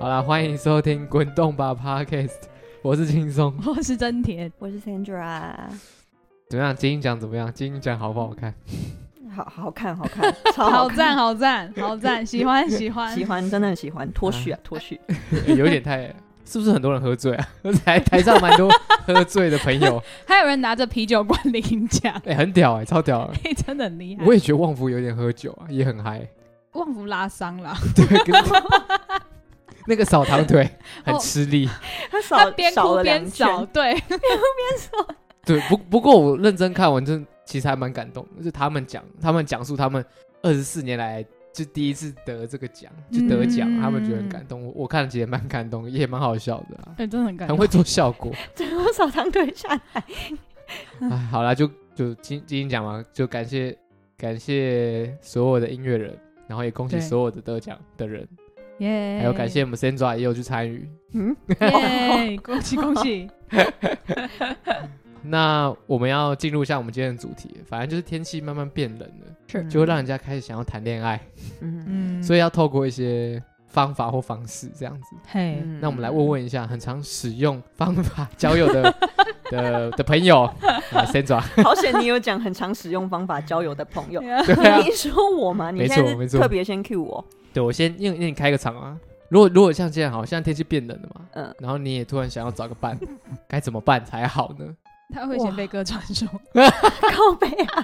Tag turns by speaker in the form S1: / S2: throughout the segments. S1: 好啦，欢迎收听《滚动吧 Podcast》，我是轻 松。
S2: 我是真田，
S3: 我是 Sandra，
S1: 怎么样？金鹰奖怎么样？金鹰奖好不好 看？
S3: 好好看，好 看，
S1: 哦
S3: 超
S2: 好
S3: 看，
S2: 赞好赞 好赞，喜欢喜欢
S3: 喜。欢，真的很喜欢，脱序啊，脱序，
S1: 有点太，是不是很多人喝醉啊？ 台台上蛮多喝醉的朋 友，
S2: 还有人拿着啤酒罐领 奖，
S1: 哎、很屌哎、超屌、欸！
S2: 嘿，真的很厉害
S1: 我。也觉得旺福有点喝酒啊，也很嗨。
S2: 旺福拉伤了，
S1: 对，跟那个扫堂腿很
S2: 哦
S1: 吃力。
S3: 他少
S2: 他边
S3: 少
S2: 哭
S3: 了
S2: 边
S3: 两
S2: 找，
S3: 圈，
S2: 对，
S1: 对，不不过我认真看完，真其实还蛮感动的，就是他们讲，他们讲述他们二十四年来就第一次得这个奖，就得奖，
S2: 嗯
S1: 他们觉得很感动。我我看了其实也蛮感动，也蛮好笑的、啊，
S2: 哎，真的很感
S1: 很
S2: 动。
S1: 会做效 果。
S3: 最 后少堂腿下来，
S1: 哎，好啦，就就今今天讲嘛，就感谢感谢所有的音乐人，然后也恭喜
S2: 对
S1: 所有的得奖的人，
S2: 耶！
S1: 还有感谢我们 Sandra 也有去参与。
S3: 嗯，
S2: 耶！恭喜恭喜！
S1: 那我们要进入一下我们今天的主题，反正就是天气慢慢变冷了，
S2: 是
S1: 就会让人家开始想要谈恋爱。
S3: 嗯，
S2: 嗯，
S1: 所
S2: 以
S1: 以要透过一些方法或方式这样子。
S2: 嘿，，
S1: 哎
S3: 嗯
S1: 那我们来问问一下，很常使用方法交友的 的的朋友啊，Sandra，
S3: 问， 好险你有讲很常使用方法交友的朋友
S1: 对啊
S3: 你，说我吗？你
S1: 没
S3: 现
S1: 错
S3: 在
S1: 没
S3: 是
S1: 错
S3: 特别先 cue 我，
S1: 对我先让让你开个场啊。如果如果像这样好，现在天气变冷了嘛，
S3: 嗯，
S1: 然后你也突然想要找个 伴，该怎么办才好呢？
S2: 他会先被歌传说，
S3: 靠背啊。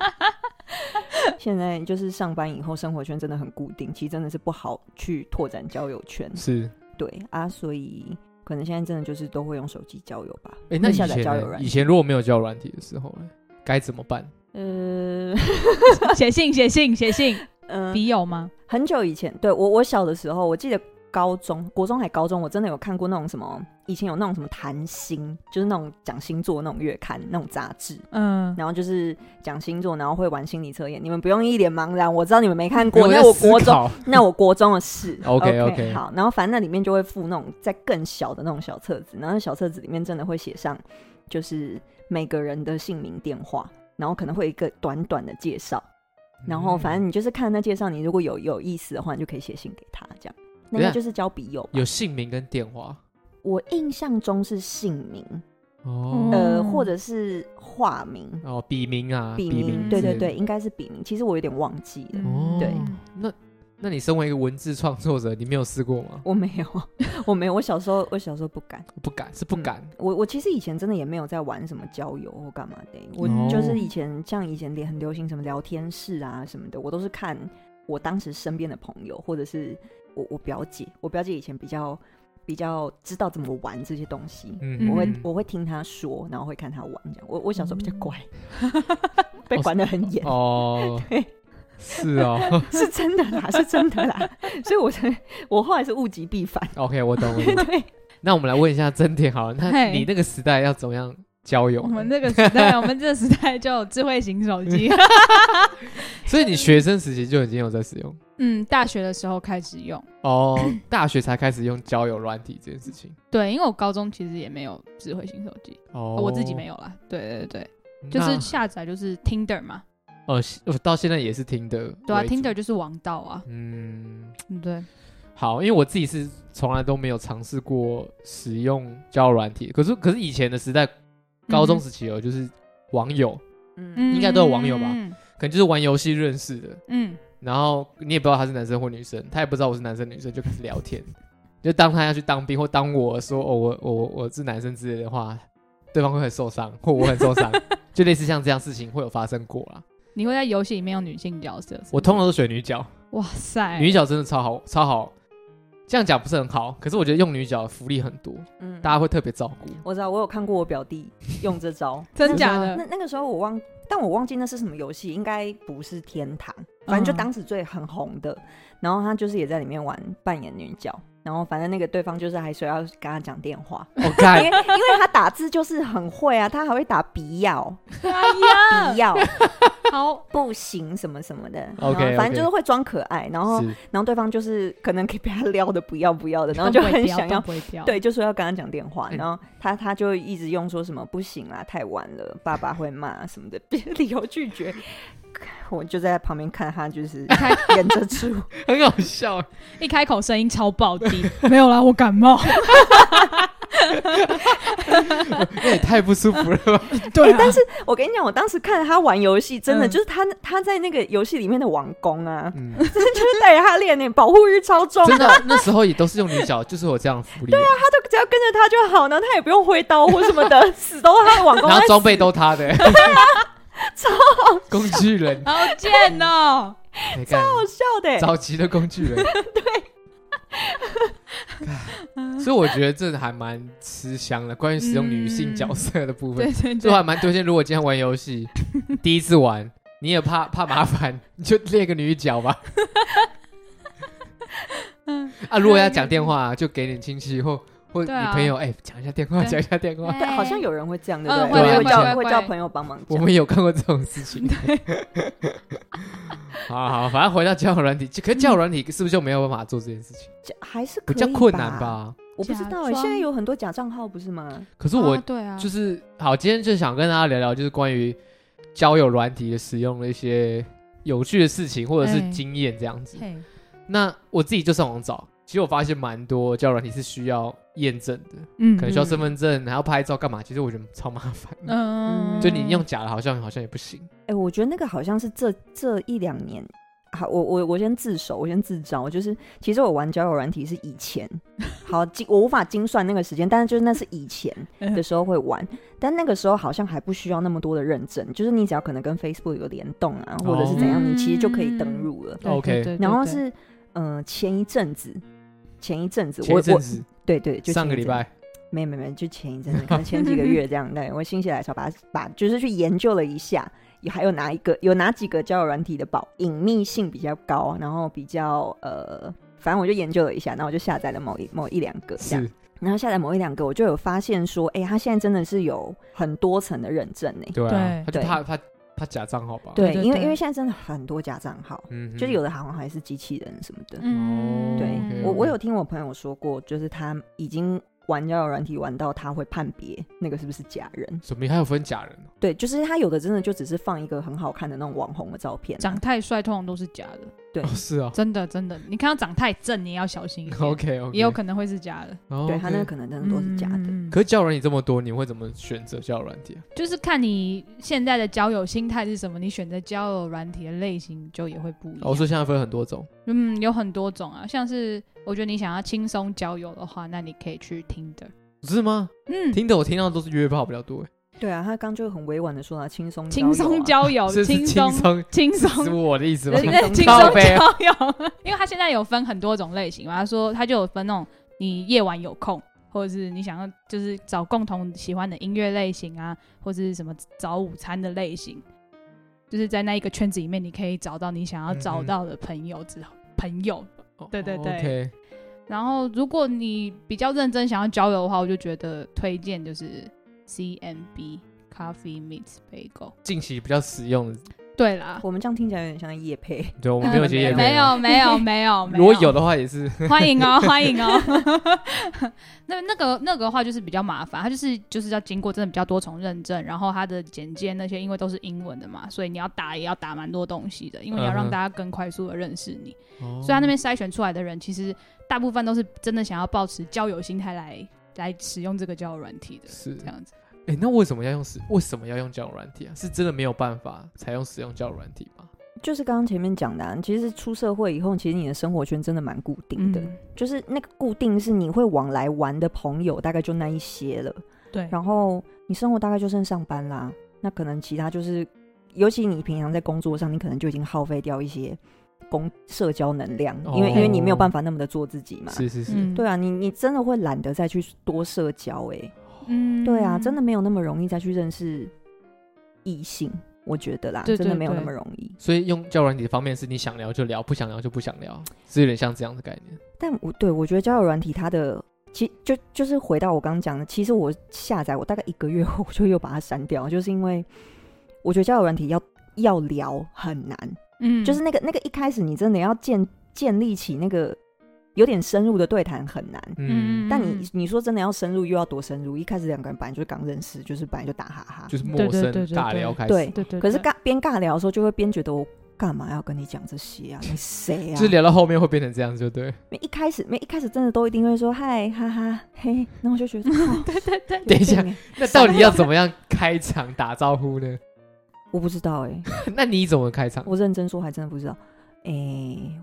S3: 现在就是上班以后，生活圈真的很固定，其实真的是不好去拓展交友圈。
S1: 是，
S3: 对啊，所以可能现在真的就是都会用手机交友吧。
S1: 哎，那以
S3: 下
S1: 前
S3: 载交友
S1: 呢
S3: 软
S1: 以
S3: 件，
S1: 前如果没有交友软体的时候呢，该怎么办？
S3: 呃
S2: 写信写信写信，
S3: 嗯，
S2: 笔友吗？
S3: 很久以前，对我我小的时候，我记得高中、国中还高中，我真的有看过那种什么，以前有那种什么谈心，就是那种讲星座那种月刊、那种杂志，
S2: 嗯，
S3: 然后就是讲星座，然后会玩心理测验。你们不用一脸茫然，我知道你们没看过，
S1: 没有
S3: 那
S1: 在
S3: 我
S1: 思
S3: 国中，
S1: 考
S3: 那我国中的事。
S1: OK，OK
S3: 好，然后反正那里面就会附那种在更小的那种小册子，然后那小册子里面真的会写上就是每个人的姓名、电话，然后可能会有一个短短的介绍。然
S1: 嗯
S3: 后反正你就是看那介绍，你如果有有意思的话，你就可以写信给他这样。那
S1: 等一
S3: 应
S1: 下
S3: 该就是交笔友吧。
S1: 有姓名跟电话
S3: 我印象中是姓名，
S1: 哦
S3: 呃，
S2: 哦
S3: 或者是化名、
S1: 哦，笔名啊，
S3: 笔
S1: 名
S3: 名，
S1: 之
S3: 对
S1: 类
S3: 对
S1: 的
S3: 对，应该是笔名。其实我有点忘记了，
S1: 哦
S2: 嗯
S3: 对
S1: 那那你身为一个文字创作者，你没有试过吗？
S3: 我没有， 我没有。我小时候，我小时候不敢。
S1: 不敢，是不
S3: 嗯
S1: 敢。
S3: 我我其实以前真的也没有在玩什么交友或干嘛的、欸我
S1: 哦
S3: 就是以前像以前也很流行什么聊天室啊什么的，我都是看我当时身边的朋友或者是我我表姐，我表姐以前比较比较知道怎么玩这些东西，
S1: 嗯
S3: 我会
S1: 嗯
S3: 我会听她说，然后会看她玩这样。我我小时候比较乖，被管得很严。
S1: 嗯哦，
S3: 对，
S1: 是哦
S3: 是真的啦，是真的啦，所以我才我后来是物极必反，
S1: ，OK，我懂我懂。
S3: 对，
S1: 那我们来问一下真田好了，那
S2: 嘿
S1: 你那个时代要怎么样交友
S2: 我？们这个时代，我们这个时代就有智慧型手 机。
S1: 所以你学生时期就已经有在使用
S2: 嗯，大学的时候开始用。
S1: 哦， 大学才开始用交友软体这件事情。
S2: 对，因为我高中其实也没有智慧型手机，
S1: 哦，
S2: 我自己没有啦。对对对，
S1: 那，
S2: 就是下载就是 Tinder 嘛，
S1: 呃，我到现在也是听的，
S2: 对啊，Tinder 就是王道啊，
S1: 嗯，
S2: 嗯对，
S1: 好，因为我自己是从来都没有尝试过使用交友软体，可是可是以前的时代，高
S2: 嗯
S1: 中时期有就是网友，
S3: 嗯
S1: 应该都有网友吧
S2: 嗯
S1: 可能就是玩游戏认识的，
S2: 嗯，
S1: 然后你也不知道他是男生或女生，他也不知道我是男生女生，就开始聊天。 就当他要去当兵或当我说哦我我我是男生之类的话，对方会很受伤 或我很受伤，就类似像这样事情会有发生过啦。
S2: 你会在游戏里面用女性角色？
S1: 我
S2: 通
S1: 通常都选女角，
S2: 哇塞，
S1: 女角真的超好超好。这样讲不是很好，可是我觉得用女角的福利很多，
S3: 嗯
S1: 大家会特别照顾。
S3: 我知道，我有看过我表弟用这招，
S2: 真假
S3: 那
S2: 的？
S3: 那个时候我忘，但我忘记那是什么游戏，应该不是天堂，反正就
S2: 嗯
S3: 当时最很红的。然后他就是也在里面玩扮演女角，然后反正那个对方就是还说要跟他讲电话，
S1: 我
S3: 因为
S2: 哎
S1: 看
S3: 因为他打字就是很会啊，他还会打笔药、
S2: 哎
S3: 笔药
S2: 好，
S3: 不行什么什么的。然后
S1: OK，OK
S3: 反正就是会装可爱，然后
S1: 是
S3: 然后对方就是可能可以被他撩的不要不要的，然后就
S2: 都不会
S3: 很
S2: 飙
S3: 想要
S2: 都不会飙，
S3: 对，就说要跟他讲电话，
S1: 嗯
S3: 然后他他就一直啊用说什么不行啦，太晚了，爸爸会骂什么的，理由拒绝。 我就在旁边看 他，就是
S2: 开
S3: 沿着吃，
S1: 很好笑，
S2: 一开口声音超 爆低，没有啦，我感冒。
S3: 哎
S1: 那也哎太不舒服了吧？
S2: 对、啊
S3: 但是我跟你讲，我当时看他玩游戏，真的、
S2: 嗯
S3: 就是他他在那个游戏里面的王宫啊，
S1: 嗯，
S3: 真的就是带着他练那保护欲超 重，
S1: 真的，啊那时候也都是用女角，就是有这样的福利，
S3: 他都只要跟着他就好呢，他也不用挥刀或什么的，死都他的王宫啊
S1: 然后
S3: 在死。
S1: 装备都他 的，工具人，
S2: 好贱 哦、
S1: 哎干
S3: 好笑的欸，
S1: 早期的工具 人，对。所以我觉得这还蛮吃香的，关于使用女性角色的部分，
S2: 嗯对对
S1: 就
S2: 对，
S1: 还蛮推荐。如果今天玩游 戏，第一次玩，你也怕 怕麻烦，你就列个女角 吧。
S2: 嗯
S1: 啊，如果要讲电话，就给你亲戚或或你
S2: 对啊
S1: 朋友，哎，讲一下电话，
S2: 对
S1: 讲一下电话。
S3: 对，好像有人会这样，对
S2: 嗯
S3: 不
S1: 会
S3: 对？
S1: 会
S3: 会叫
S1: 会啊
S3: 会
S2: 会
S3: 叫朋友帮忙
S1: 我
S3: 讲。
S1: 们有看过这种事情。 好好，反正回到交友软体，就可是交友软体是不是就没有办法做这件事情？
S3: 这还是可
S1: 比
S3: 以
S1: 较困难？吧。
S3: 我不知道
S2: 假
S3: 哎、
S2: 装
S3: 现在有很多假账号不是吗？
S1: 可是我
S2: 啊对啊，
S1: 就是好，今天就想跟大家聊聊，就是关于交友软体的使用的一些有趣的事情或者是
S2: 哎
S1: 经验这样子。
S2: 嘿
S1: 那我自己就上网找，其实我发现蛮多交友软体是需要验证的，
S2: 嗯
S1: 可能需要身份证，还要拍照干嘛？其实我觉得超麻烦的。
S2: 嗯，
S1: 就你用假的，好像好像也不行。
S3: 哎、我觉得那个好像是这这一两年。好，我我我先自首，我先自招，就是其实我玩交友软体是以前，好，精我无法精算那个时间，但是就是那是以前的时候会玩，但那个时候好像还不需要那么多的认证，就是你只要可能跟 Facebook 有联动啊，或者是怎样，
S2: 哦
S3: 你其实就可以登入了。
S2: 对
S1: OK
S2: 对对对
S3: 然后是呃前一阵子，前一阵子
S1: 前
S3: 我
S1: 一阵
S3: 我
S1: 子，
S3: 对对，就
S1: 上个
S3: 前一
S1: 礼
S3: 阵子
S1: 拜，
S3: 没没没，就前一阵子，可能前几个月这样。对我心血来潮把它把就是去研究了一下，也还有哪一个有哪几个交友软体的保隐秘性比较高，然后比较呃，反正我就研究了一下，然后我就下载了某一某一两个这样。
S1: 是
S3: 然后下载某一两个，我就有发现说，哎、它现在真的是有很多层的认证呢。
S1: 对啊他
S2: 对，
S1: 就
S3: 对
S1: 怕怕怕假账号吧？
S2: 对对
S3: 因为
S2: 对
S3: 因为现在真的很多假账号，
S1: 嗯哼，
S3: 就是有的好像还是机器人什么
S1: 哦
S3: 的。
S2: 嗯，
S3: 对
S1: 嗯
S3: 我我有听我朋友说过，就是他已经玩交友软体玩到他会判别那个是不是假人。
S1: 什么还有分假人哦，
S3: 对，就是他有的真的就只是放一个很好看的那种网红的照片啊、
S2: 长太帅通常都是假的，
S3: 对
S1: 哦是啊
S2: 真的真的，你看到长太正，你也要小心 一点
S1: ，OK OK，
S2: 也有可能会是假的，
S1: 能
S3: 对他那个可能真的都是假的。
S2: 嗯
S1: 可是交友软体这么多，你会怎么选择交友软体啊？
S2: 就是看你现在的交友心态是什么，你选择交友软体的类型就也会不一样。
S1: 我哦说现在分很多种，
S2: 嗯，有很多种啊，像是我觉得你想要轻松交友的话，那你可以去 Tinder。
S1: 是吗？
S2: 嗯，
S1: 听的我听到都是约炮比较多，欸
S3: 对啊，他刚就很委婉的说啊，轻松
S2: 轻
S3: 友
S2: 松
S3: 啊
S2: 交友，
S1: 这 是
S2: 轻
S1: 轻
S2: 松
S1: 松，
S2: 轻
S1: 是
S2: 松。
S1: 我的意思吗
S2: 对？
S3: 轻
S2: 对
S3: 松
S2: 轻
S1: 交
S2: 松
S1: 友
S2: 交友，啊 因为他现在有分很多种类型嘛，他说他就有分那种你夜晚有空，或者是你想要就是找共同喜欢的音乐类型啊，或者是什么找午餐的类型，就是在那一个圈子里面，你可以找到你想要找
S1: 嗯嗯
S2: 到的朋友之后朋友
S1: 哦
S2: 对对对
S1: ，OK，
S2: 然后，如果你比较认真想要交流的话，我就觉得推荐就是 CMB Coffee Meets Bagel。
S1: 近期比较实用的，
S2: 对啦，
S3: 我们这样听起来有点像叶佩，
S1: 对，我们没有接业配 啊
S2: 没有没有没有没
S1: 如
S2: 有，
S1: 果有的话也是，
S2: 欢迎哦欢迎哦。 那那个那个的话就是比较麻烦，它就是就是要经过真的比较多重认证，然后它的简介那些因为都是英文的嘛，所以你要打也要打蛮多东西的，因为你
S1: 嗯
S2: 要
S1: 哼
S2: 让大家更快速的认识你。
S1: 哦
S2: 所以他那边筛选出来的人，其实大部分都是真的想要保持交友心态来来使用这个交友软体的，
S1: 是
S2: 这样子。
S1: 哎，那为什么要用使为什么要用交友软体啊？是真的没有办法才用使用交友软体吗？
S3: 就是刚刚前面讲的、啊，其实出社会以后，其实你的生活圈真的蛮固定的，
S2: 嗯，
S3: 就是那个固定是你会往来玩的朋友大概就那一些了，
S2: 对，
S3: 然后你生活大概就剩上班啦，那可能其他就是，尤其你平常在工作上，你可能就已经耗费掉一些工社交能量，因为因为你没
S1: 哦
S3: 有办法那么的做自己嘛，
S1: 是是是，
S2: 嗯
S3: 对，啊，你你真的会懒得再去多社交哎、
S2: 嗯
S3: 对啊，真的，没有那么容易再去认识异性，我觉得啦，
S2: 对
S3: 真的
S2: 对
S3: 没有那
S2: 对
S3: 么容易。
S1: 所以用交友软体的方面是你想聊就聊，不想聊就不想聊，是有点像这样的概念。
S3: 但我对我觉得交友软体它的，其就就是回到我刚刚讲的，其实我下载我大概一个月后我就又把它删掉，就是因为我觉得交友软体要要聊很难，
S2: 嗯，
S3: 就是那个那个一开始你真的要建建立起那个有点深入的对谈很难。
S1: 嗯，
S3: 但你你说真的要深入，又要多深入？一开始两个人本来就是刚认识，就是本来就打哈哈，
S1: 就是陌
S2: 嗯对对对
S1: 生
S2: 对对
S1: 大聊开始，
S3: 对
S2: 对对，
S3: 可是尬边尬聊的时候，就会边觉得我干嘛要跟你讲这些啊？你 谁啊？
S1: 就是聊到后面会变成这样，就 对。
S3: 没一开始没一开始真的都一定会说嗨哈哈 嘿，然后我就觉 得哦
S2: 对对对，
S1: 等一下
S3: 有病欸
S1: 那到底要怎么样开场打招呼呢？
S3: 我不知道哎，
S1: 那你怎么开场？
S3: 我认真说还真的不知道。哎，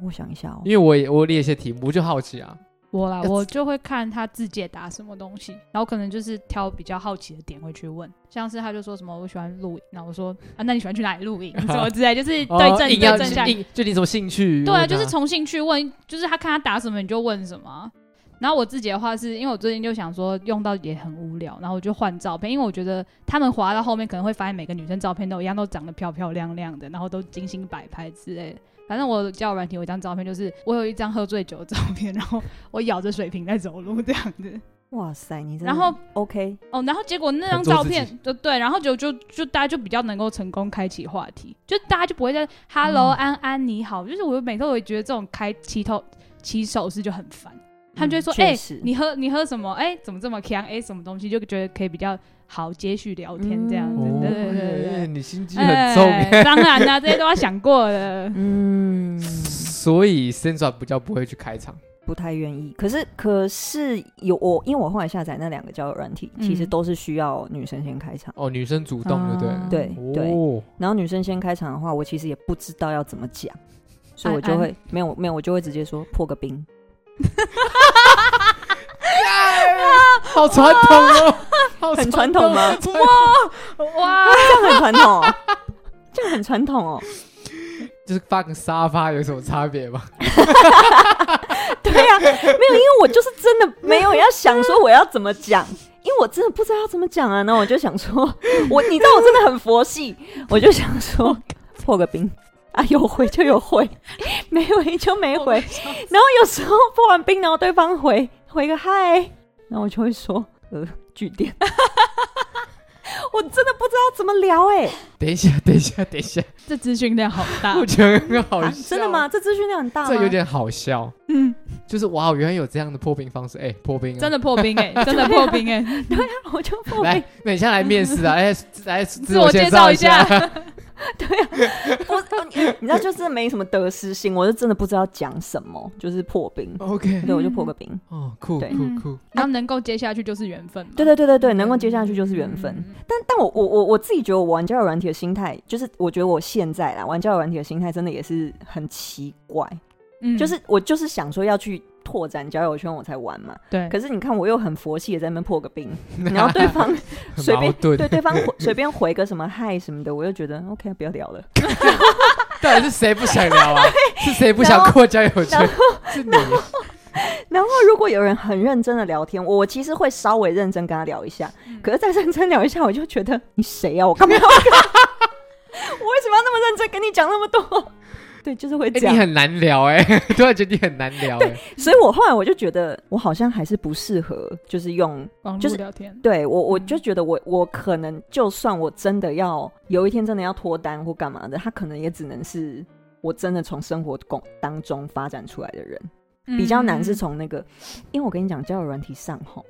S3: 我想一下哦
S1: 因，为我也我列一些题目，我就好奇啊。
S2: 我啦，
S1: 要
S2: 我就会看他自解答什么东西，然后可能就是挑比较好奇的点会去问，像是他就说什么我喜欢露营，然后我说啊，那你喜欢去哪里露营，什么之类，就是对症
S1: 哦硬
S2: 对
S1: 要
S2: 症下来。
S1: 硬就你什么兴趣？
S2: 对
S1: 问他
S2: 啊，就是从兴趣问，就是他看他答什么你就问什么啊。然后我自己的话是，因为我最近就想说用到也很无聊，然后我就换照片，因为我觉得他们滑到后面可能会发现每个女生照片都一样，都长得漂漂亮亮的，然后都精心摆拍之类的。反正我交友软体有一张照片，就是我有一张喝醉酒的照片，然后我咬着水瓶在走路这样子。
S3: 哇塞，你真的
S2: 然后
S3: OK，
S2: 哦，然后结果那张
S1: 很做
S2: 照
S1: 自己
S2: 片就对，然后就就就大家就比较能够成功开启话题，就大家就不会在
S1: 嗯
S2: “hello、安安你好”，就是我每次我也觉得这种开起头起手式就很烦，他们就会说
S3: 嗯：“
S2: 哎、
S3: 确实
S2: 你喝你喝什么？哎、怎么这么强？哎、什么东西？”就觉得可以比较好接续聊天这样子，
S3: 嗯。
S2: 对
S1: 哦
S2: 对对对
S1: 哎
S2: 对。
S1: 你心机
S2: 哎
S1: 很重哎。
S2: 当然啦、这些都要想过的
S3: 嗯，
S1: 所以 Sandra 比较不会去开场，
S3: 不太愿意。可是可是有我，因为我后来下载那两个交友软体，
S2: 嗯
S3: 其实都是需要女生先开场。
S1: 哦，女生主动就对了
S2: 啊。
S3: 对对，
S1: 哦，
S3: 然后女生先开场的话，我其实也不知道要怎么讲，所以我就
S2: 安
S3: 会没有没有，我就会直接说破个冰。
S1: 好传统哦， 好
S3: 很传统啊吗
S1: 传
S2: 哇，
S3: 这样很传统、哦，这样很传统哦。
S1: 就是放个沙发有什么差别吗？
S3: 对呀、没有，因为我就是真的没有要想说我要怎么讲，因为我真的不知道要怎么讲啊。那我就 想说，我你知道我真的很佛系，我就想说 破个冰啊，有回就有回，没回就没回。然后有时候破完冰，然后对方回回个嗨，然后我就会说呃据 点。我真的不知道怎么聊哎、
S1: 等一下，等一下，等一下，
S2: 这资讯量好大
S1: 我。觉得很好
S3: 啊
S1: 笑。
S3: 真的？吗？啊这资讯量很大吗？
S1: 这有点好笑，
S2: 嗯，
S1: 就是哇，原来有这样的破冰方式，哎，破冰啊
S2: 真的破冰哎、真的破冰哎、
S3: 我就破冰
S1: 来，那你现在来面试啊，来来自
S2: 我
S1: 介
S2: 介绍
S1: 一
S2: 一下。
S3: 对啊，我你你知道，就是没什么得失心，我就真的不知道讲什么，就是破冰。
S1: OK，
S3: 对，我就破个冰。
S1: 哦，酷
S3: 对嗯
S1: 酷酷，
S2: 然后能够接下去就是缘分嘛。
S3: 对对对对对，能够接下去就是缘分。
S2: 嗯
S3: 但但我我我我自己觉得，我玩交友软体的心态，就是我觉得我现在啦，玩交友软体的心态真的也是很奇怪。
S2: 嗯
S3: 就是我就是想说要去拓展交友圈，我才玩嘛。
S2: 对，
S3: 可是你看，我又很佛系的在那边破个冰，然后对方
S1: 很
S3: 随
S1: 矛
S3: 便
S1: 盾，
S3: 对对方回随便回个什么嗨什么的，我就觉得 OK，不要聊了。
S1: 到底是谁不想聊 啊？是谁不想过交友圈
S3: 然？
S1: 是你
S3: 然后，如果有人很认真的聊天，我我其实会稍微认真跟他聊一下。
S1: 嗯
S3: 可是再认真聊一下，我就觉得你谁啊呀、我干嘛要？我 为什么要那么认真跟你讲那么多？ 对，就是会这
S1: 哎，
S3: 样
S1: 你。很难聊哎， 突然觉得你很难聊哎。
S3: 所以我后来我就觉得，我好像还是不适合，就是用
S2: 网
S3: 就
S2: 络
S3: 是
S2: 聊天，
S3: 对我，我
S2: 嗯
S3: 就觉得我我可能就算我真的要有一天真的要脱单或干嘛的，他可能也只能是我真的从生活中当中发展出来的人。比较难
S2: 嗯
S3: 是从那个，因为我跟你讲，交友软体上吼，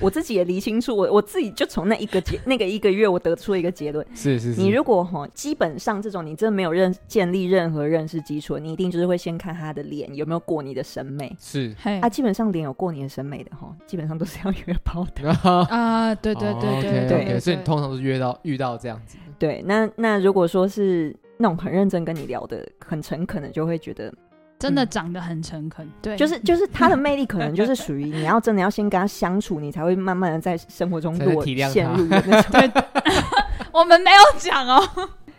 S3: 我自己也理清楚，我我自己就从那一个结那个一个月，我得出了一个结论：
S1: 是是是，
S3: 你如果吼，基本上这种你真的没有认建立任何认识基础，你一定就是会先看他的脸有没有过你的审美。
S1: 是
S2: 嘿
S3: 啊，基本上脸有过你的审美的吼，基本上都是要 约炮的。
S1: 然后
S2: 啊，对对对对
S3: 对
S1: 哦所以你通常都是约到遇到这样子的，
S3: 对，那那如果说是那种很认真跟你聊的，很诚恳的，就会觉得
S2: 真
S1: 嗯
S2: 的长得很诚恳，对，
S3: 就是就是他的魅力可能就是属于你要真的要先跟他相处，你才会慢慢的在生活中
S1: 才能
S3: 落
S1: 体谅他
S3: 陷入的那种。
S2: 我们没有讲哦，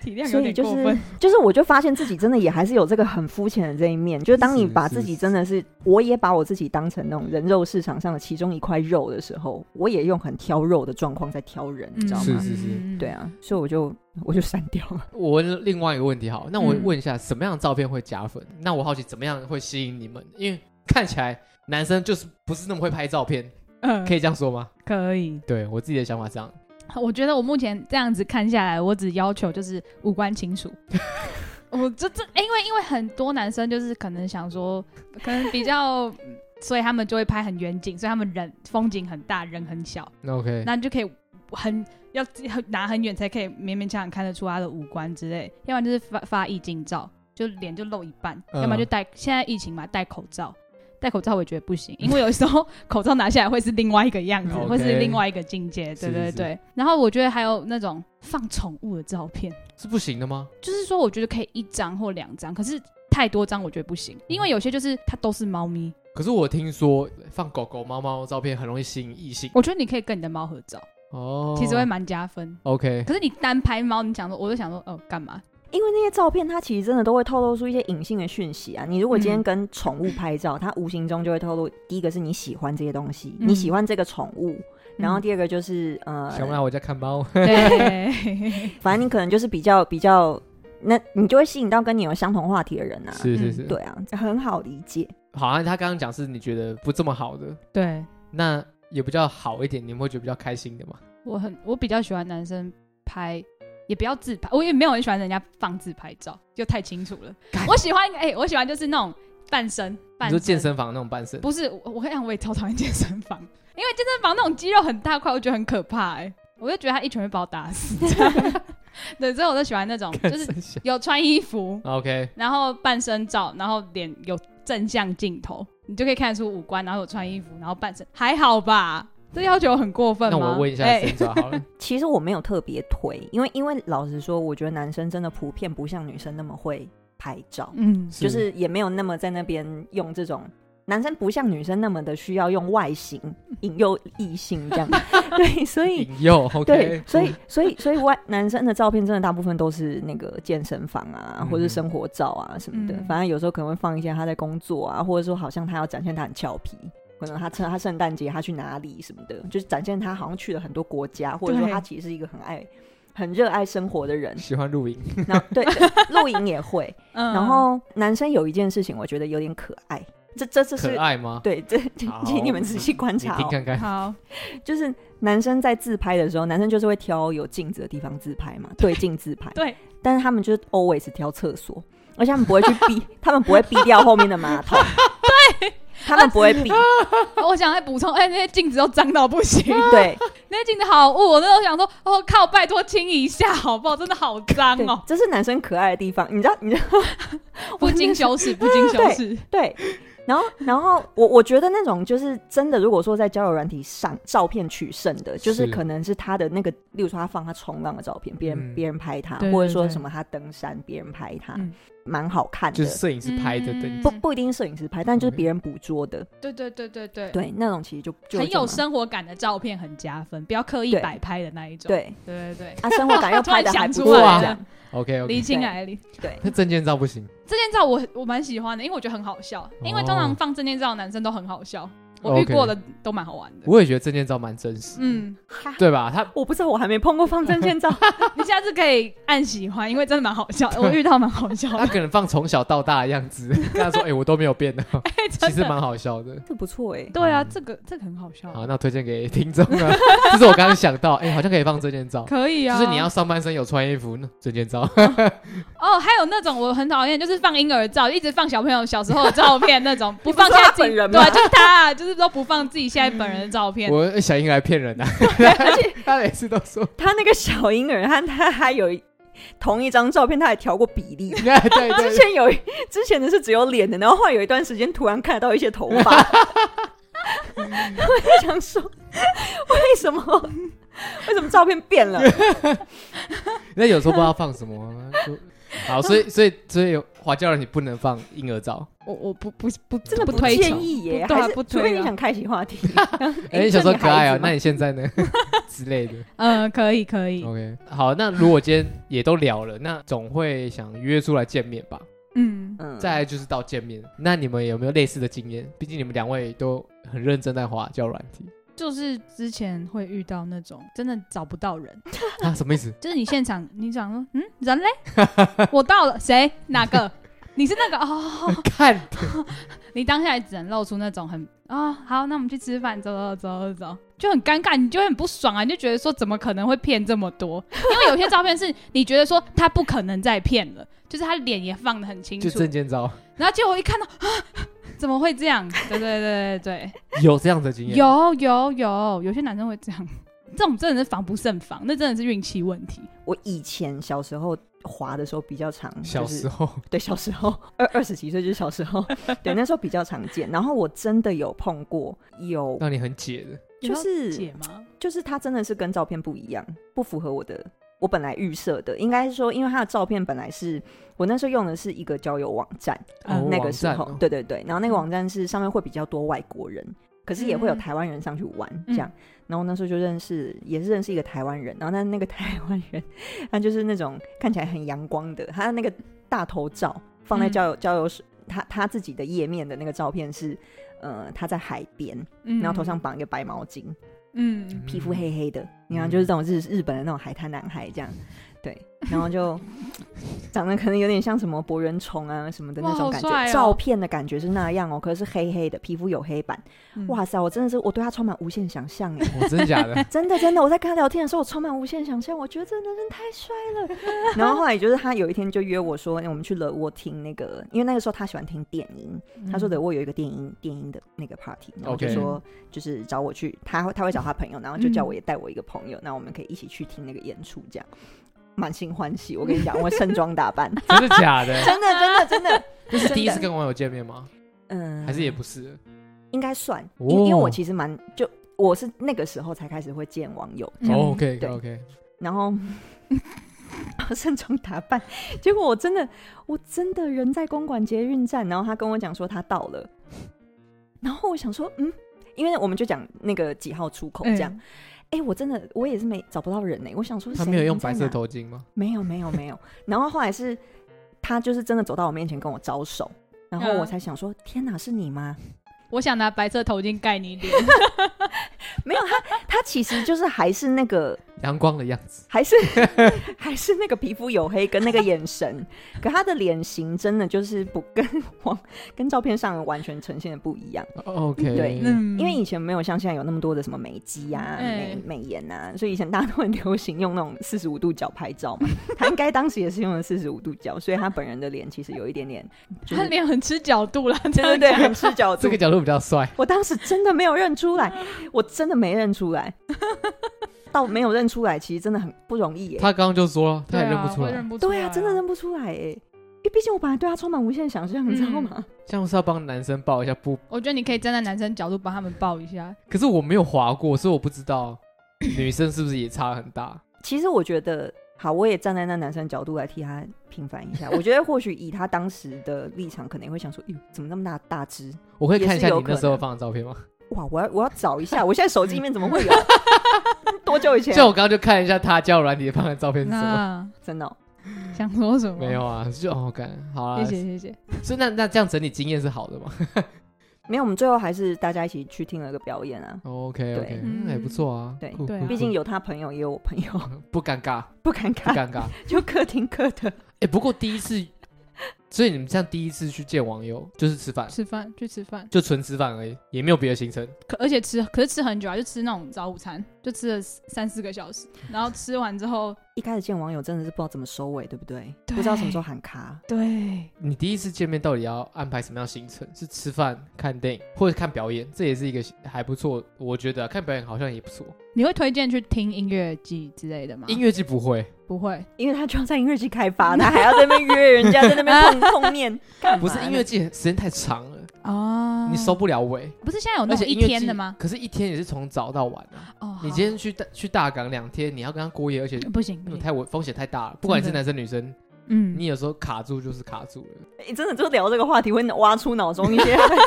S2: 体量有
S3: 所以
S2: 点
S3: 就
S2: 过
S3: 是
S2: 分，
S3: 就是，我就发现自己真的也还是有这个很肤浅的这一面。就是当
S1: 是
S3: 你把
S1: 是
S3: 自己真的是，我也把我自己当成那种人肉市场上的其中一块肉的时候，我也用很挑肉的状况在挑人，你知道
S1: 是
S3: 吗？
S1: 是是
S2: 嗯
S3: 对，啊，所以我就我就删掉了。
S1: 我问另外一个问题好，那我
S2: 嗯
S1: 问一下，什么样的照片会加分？那我好奇怎么样会吸引你们？因为看起来男生就是不是那么会拍照片，
S2: 嗯，
S1: 可
S2: 以
S1: 以这样说吗？
S2: 可以，
S1: 对我自己的想法是这样，
S2: 我觉得我目前这样子看下来，我只要求就是五官清楚。 我这这，因为因为很多男生就是可能想说，可能比较，所以他们就会拍很远景，所以他们人风景很大，人很小。
S1: 那 OK，
S2: 那你就可以很要很拿很远才可以勉勉强强看得出他的五官之类，要不然就是发发意境照，就脸就露一半，
S1: 嗯
S2: 要么就戴现在疫情嘛戴口罩，戴口罩我也觉得不行，因为有时候口罩拿下来会是另外一个样子，
S1: 哦 OK
S2: 会是另外一个境界，对
S1: 是
S2: 对
S1: 是
S2: 对。然后我觉得还有那种放宠物的照片，
S1: 是不行的吗？
S2: 就是说我觉得可以一张或两张，可是太多张我觉得不行，因为有些就是它都是猫咪，
S1: 可是我听说放狗狗、猫猫的照片很容易吸引异性
S2: 我觉得你可以跟你的猫合照，
S1: 哦，
S2: 其实会蛮加分。
S1: OK，
S2: 可是你单拍猫，你想说，我就想说，哦，干嘛？
S3: 因为那些照片，它其实真的都会透露出一些隐性的讯息啊。你如果今天
S2: 嗯
S3: 跟宠物拍照，它无形中就会透露，第一个是你喜欢这些东西，
S2: 嗯
S3: 你喜欢这个宠物，然 后
S2: 嗯
S3: 第二个就是呃，
S1: 想不来我家看 猫，
S3: 嗯
S2: 对，
S3: 反正你可能就是比较比较，那你就会吸引到跟你有相同话题的人啊。
S1: 是是是，
S3: 对啊，很好理解。
S1: 好像他刚刚讲是你觉得不这么好的，
S2: 对
S1: 那也比较好一点，你们会觉得比较开心的嘛？
S2: 我很我比较喜欢男生拍，也不要自拍，我也没有很喜欢人家放自拍照，就太清楚了
S1: 干。
S2: 我喜欢哎、我喜欢就是那种半身
S1: 你
S2: 半
S1: 说
S2: 身
S1: 健身房那种半 身，
S2: 不是我，我跟你讲，我也超讨厌健身房，因为健身房那种肌肉很大块，我觉得很可怕哎、我就觉得他一拳会把我打死。 对，所以我就喜欢那种就是
S1: 真香
S2: 有穿衣服，
S1: OK，
S2: 然后半身照，然后脸有正向镜头，你就可以看得出五官，然后有穿衣服，然后半身，还好吧？这要求很过分
S1: 那
S2: 吗？
S1: 我问一下
S2: 哎
S1: 身爪 好了，
S3: 其实我没有特别推，因为因为老实说，我觉得男生真的普遍不像女生那么会拍照，
S2: 嗯，
S3: 就是也没有那么在那边用这种。男生不像女生那么的需要用外形引诱异性这样， 对，所以
S1: 引诱 OK，嗯
S3: 对，所以所以所以外男生的照片真的大部分都是那个健身房啊，或者
S1: 嗯
S3: 生活照啊什么的。
S2: 嗯
S3: 反正有时候可能会放一些他在工作啊，或者说好像他要展现他很俏皮，可能他趁他圣诞节他去哪里什么的，就是展现他好像去了很多国家，或者说
S2: 对
S3: 他其实是一个很爱、很热爱生活的人
S1: 。喜欢露营，
S3: 然后对，露营也会。
S2: 嗯
S3: 然后男生有一件事情，我觉得有点可爱，这这这
S1: 可
S3: 是
S1: 爱吗？
S3: 对，这
S1: 好
S3: 请你们仔细观
S1: 你
S3: 察、
S1: 听
S3: 哦。
S1: 看看，
S2: 好，
S3: 就是男生在自拍的时候，男生就是会挑有镜子的地方自拍嘛，对镜自拍。
S2: 对，
S3: 但是他们就是 always 挑厕所，而且他们不会去避，他们不会避掉后面的 马桶。对，他们不会避。
S2: 我想再补充，哎、那些镜子都脏到不行，
S3: 对
S2: 那些镜子好污，我那时候想说，哦靠，拜托清一下好不好？真的好脏
S3: 对
S2: 哦，，
S3: 这是男生可爱的地方，你知道？ 你知道？
S2: 不经修饰，不经修饰，
S3: 对。然后，然后我我觉得那种就是真的，如果说在交友软体上照片取胜的，就是
S1: 是
S3: 可能是他的那个，例如说他放他冲浪的照片，别人、
S1: 嗯
S3: 别人拍他，
S2: 对
S3: 或者
S2: 对
S3: 说
S2: 对
S3: 什么他登山，别人拍他，
S2: 嗯
S3: 蛮好看的。
S1: 就是摄影师拍的，对
S2: 嗯，
S3: 不不一定是摄影师拍，但
S1: 嗯
S3: 就是别人捕捉的，
S2: 对对对对对，
S3: 对那种其实就就
S2: 很有
S3: 这么啊
S2: 生活感的照片很加分，不要刻意
S3: 对
S2: 摆拍的那一种，
S3: 对
S2: 对对对。
S3: 啊，生活感又
S2: 突然
S3: 拍的还
S2: 想
S3: 不
S2: 出
S3: 错，
S1: 来
S3: 这
S2: 了
S3: 样
S1: ，OK
S2: 离
S1: OK，
S2: 清来离
S3: 对
S1: 那证件照不行，
S2: 证件照我我蛮喜欢的，因为我觉得很好笑。因为通常放证件照的男生都很好笑，我遇
S1: OK
S2: 过的都蛮好玩的。
S1: 我也觉得证件照蛮真实，
S2: 嗯，
S1: 对吧？他
S3: 我不知道，我还没碰过放 证件照，
S2: 你下次可以按喜欢，因为真的蛮好笑，我遇到蛮好笑
S1: 他
S2: 的。
S1: 可能放从小到大的样子，跟他说，哎，我都没有变的，
S2: 哎真
S1: 其
S2: 的
S1: 实蛮好笑的。
S3: 这不错 哎。
S2: 对啊，
S1: 嗯
S2: 这个这个很好笑，
S1: 好，那推荐给听众啊， 这是我刚刚想到，哎，好像可以放证件照，
S2: 可以啊。
S1: 就是你要上半身有穿衣服，那证件照
S2: 哦，还有那种我很讨厌，就是放婴儿照，一直放小朋友小时候的照片那种，不
S3: 你不
S2: 放
S3: 是
S2: 现在
S3: 他
S2: 自己
S3: 本人
S2: 对
S3: 吗
S2: 啊，就是他啊，就是都不放自己现在本人的照片。
S1: 我小英来骗人的、啊，他每次都说，。
S3: 他那个小婴儿，他他还有一同一张照片，他还调过比例
S1: 对 对
S3: 之
S1: 对，
S3: 前有一之前的是只有脸的，然后后来有一段时间突然看到一些头 发，我就想说， 为什么为什么照片变了？
S1: 那有时候不知道放什么，啊就好，所以所以所以华教人你不能放婴儿照，
S2: 我我不不不
S3: 真的
S2: 不推
S3: 建
S2: 崇
S3: 议耶，
S2: 不对啊
S3: 还是
S2: 不
S3: 除
S2: 推
S3: 非你
S2: 啊
S3: 想开启话题。
S1: 哎、
S3: 诶
S1: 你小时候
S3: 这
S1: 可爱
S3: 孩
S1: 啊
S3: 子，吗
S1: 那你现在呢之类的
S2: 嗯，可以可以，
S1: ，OK，好，那如果今天也都聊了，那总会想约出来见面吧，
S2: 嗯，
S3: 嗯
S1: 再来就是到见面，那你们有没有类似的经验？毕竟你们两位都很认真在滑教软 体
S2: 就是之前会遇到那种真的找不到人，
S1: 啊，什么意思？
S2: 就是你现场你想说，嗯，人嘞，我到了，谁哪个？你是那个哦，
S1: 看，
S2: 你当下也只能露出那种很哦，好，那我们去吃饭，走走走走走，就很尴尬，你就会很不爽啊，你就觉得说怎么可能会骗这么多？因为有些照片是你觉得说他不可能再骗了，就是他脸也放得很清
S1: 就
S2: 楚
S1: 证，件照
S2: 然后结果我一看到啊，怎么会这样？对对对对对。
S1: 有这样的经验，
S2: 有有有，有些男生会这样，这种真的是防不胜防，那真的是运气问题。
S3: 我以前小时候滑的时候比较常，
S1: 小
S3: 就是
S1: 时候，
S3: 对，小时候 二二十几岁就是小时 候，对，那时候比较常见。然后我真的有碰过，有
S1: 让你很解的，
S3: 就
S2: 有
S3: 是
S2: 要解吗？
S3: 就是它真的是跟照片不一样，不符合我的我本来预设的。应该是说，因为它的照片本来是我那时候用的是一个交友网站，
S2: 啊
S1: 哦
S3: 那个时候，
S1: 网站哦
S3: 对对对，然后那个网站是上面会比较多外国人，可是也会有
S2: 嗯
S3: 台湾人上去玩、
S2: 嗯
S3: 这样。然后那时候就认识，也是认识一个台湾人，然后但那个 台湾人，他就是那种看起来很阳光的，他的那个大头照放在
S2: 嗯
S3: 交友、交友他他自己的页面的那个照片是，呃，他在海边，
S2: 嗯
S3: 然后头上，绑一个白毛巾，
S2: 嗯，
S3: 皮肤黑黑的，你看就是这种日日本的那种海滩男孩这样，对，然后 就长得可能有点像什么博人虫啊什么的那
S2: 哇
S3: 种
S2: 好
S3: 感觉，
S2: 帅哦
S3: 照片的感觉是那样哦，可是黑黑的，皮肤有黑斑，
S2: 嗯
S3: 哇，塞，我真的是我对他充满无限想象哎，
S1: 嗯，我真的假的？
S3: 真的真的，我在跟他聊天的时候，我充满无限想象，我觉得这男人太帅 了。然后后来就是他有一天就约我说，欸我们去了沃听那个，因为那个时候他喜欢听电音，他说的我有一个电音电音的那个 party，然后就
S1: 嗯 OK
S3: 说就是找我去，他会他会找他朋友，然后就叫
S1: 嗯
S3: 我也带我一个朋友，那我们可以一起去听那个演出，这样满心欢喜。我跟你讲，我盛装 打扮，
S1: 真的假的？
S3: 真的真的 真的，
S1: 这是第一次
S3: 真的
S1: 跟网友见面吗？
S3: 嗯，
S1: 还是也不是？
S3: 应该算，因因为
S1: 哦
S3: 我其实蛮就我是那个时候才开始会见网友，
S2: 嗯
S1: 哦，OK
S3: 对
S1: OK，
S3: 然后 我盛装打扮，结果我真的我真的人在公馆捷运站，然后他跟我讲说他到了，然后我想说嗯，因为我们就讲那个几号出口这样，
S2: 嗯
S3: 哎、我真的我也是没找不到人呢、我想说
S1: 他
S3: 谁
S1: 没有用
S3: 你在
S1: 白色
S3: 哪，
S1: 头巾吗？
S3: 没有没有没有，然后后来是他就是真的走到我面前跟我招手，然后
S2: 嗯
S3: 我才想说、天哪是你吗？
S2: 我想拿白色头巾盖你脸，
S3: 他其实就是还是那个
S1: 阳光的样子，
S3: 还是 还是那个皮肤黝黑跟那个眼神，可他的脸型真的就是不跟网 跟照片上完全呈现的不一样。
S1: 哦 OK，
S3: 对
S2: 嗯
S3: 因为以前没有像现在有那么多的什么美肌啊、
S2: 哎
S3: 美美颜啊，所以以前大家都很流行用那种四十五度角拍照嘛。他应该当时也是用了四十五度角，所以他本人的脸其实有一点点，就
S2: 他
S3: 是
S2: 脸很吃角度啦，
S3: 对对对，很吃角度
S1: 这个。角度比较帅，
S3: 我当时真的没有认出来，我真的没认出来， 到没有认出来，其实真的很不容易耶。
S1: 他刚刚就说了，他也
S2: 对啊，
S1: 认不出
S2: 会
S1: 来，
S2: 认不出来，
S3: 对啊，真的认不出来哎、因为毕竟我本来对他充满无限想象，你知道吗？
S1: 这样是要帮男生抱一下不？
S2: 我觉得你可以站在男生角度帮他们抱一下，
S1: 可是我没有滑过，所以我不知道女生是不是也差很大。
S3: 其实我觉得，好，我也站在那男生角度来替他平反一下。我觉得或许以他当时的立场，可能也会想说，哟，怎么那么大大只？
S1: 我可以看一下
S3: 也是有
S1: 你那时候放的照片吗？
S3: 哇，我要我要找一下，我现在手机里面怎么会有？多久以前？
S1: 像我刚刚就看一下他交友软体放的照片是什么，
S2: 那
S3: 真的哦、
S2: 想说什么？
S1: 没有，啊， 就哦，感好啦
S2: 谢，谢谢谢。
S1: 所以那那这样整理经验是好的嘛
S3: 没有，我们最后还是大家一起去听了个表演啊。
S1: ？OK
S3: 对嗯
S1: OK，那也不错啊，
S3: 对
S1: 酷
S2: 对啊
S1: 酷
S3: 毕竟
S1: 酷
S3: 有他朋友，也有我朋友，
S1: 不尴尬，
S3: 不尴
S1: 不
S3: 尬，
S1: 尴 尬。
S3: 就各听各的。
S1: 哎、不过第一次，所以你们像第一次去见网友就是吃饭，
S2: 吃饭去吃饭，
S1: 就纯吃饭而已，也没有别的行程。
S2: 可而且吃可是吃很久啊，就吃那种早午餐，就吃了三四个小时，然后吃完之后，
S3: 一开始见网友真的是不知道怎么收尾，对不对？
S2: 对
S3: 不知道什么时候喊卡。
S2: 对，
S1: 你第一次见面到底要安排什么样的行程？是吃饭、看电影，或者看表演？这也是一个还不错，我觉得啊、看表演好像也不错。
S2: 你会推荐去听音乐季之类的
S3: 啊
S2: 吗？
S1: 音乐季不会，
S2: 不会，
S3: 因为他就要在音乐季开发，他还要在那边约 人家，在那边碰碰 面，干嘛
S1: 不是
S3: 呢
S1: 音乐季时间太长了，
S2: 哦，
S1: 你收不了尾。
S2: 不是现哦在有那
S1: 而且
S2: 种一
S1: 音乐
S2: 天
S1: 季
S2: 的吗？？
S1: 可是，一天也是从早到晚啊。
S2: 哦，
S1: 你
S2: 好
S1: 今天去大去大港两天，你要跟他过夜，而且
S2: 不行
S1: 那
S2: 不
S1: 种
S2: 行，
S1: 太危风险太大了。不管你是
S2: 真的
S1: 男生女生，
S2: 嗯
S1: 你，有时候卡住就是卡住了。
S3: 诶真的就聊这个话题，会挖出脑中一些 记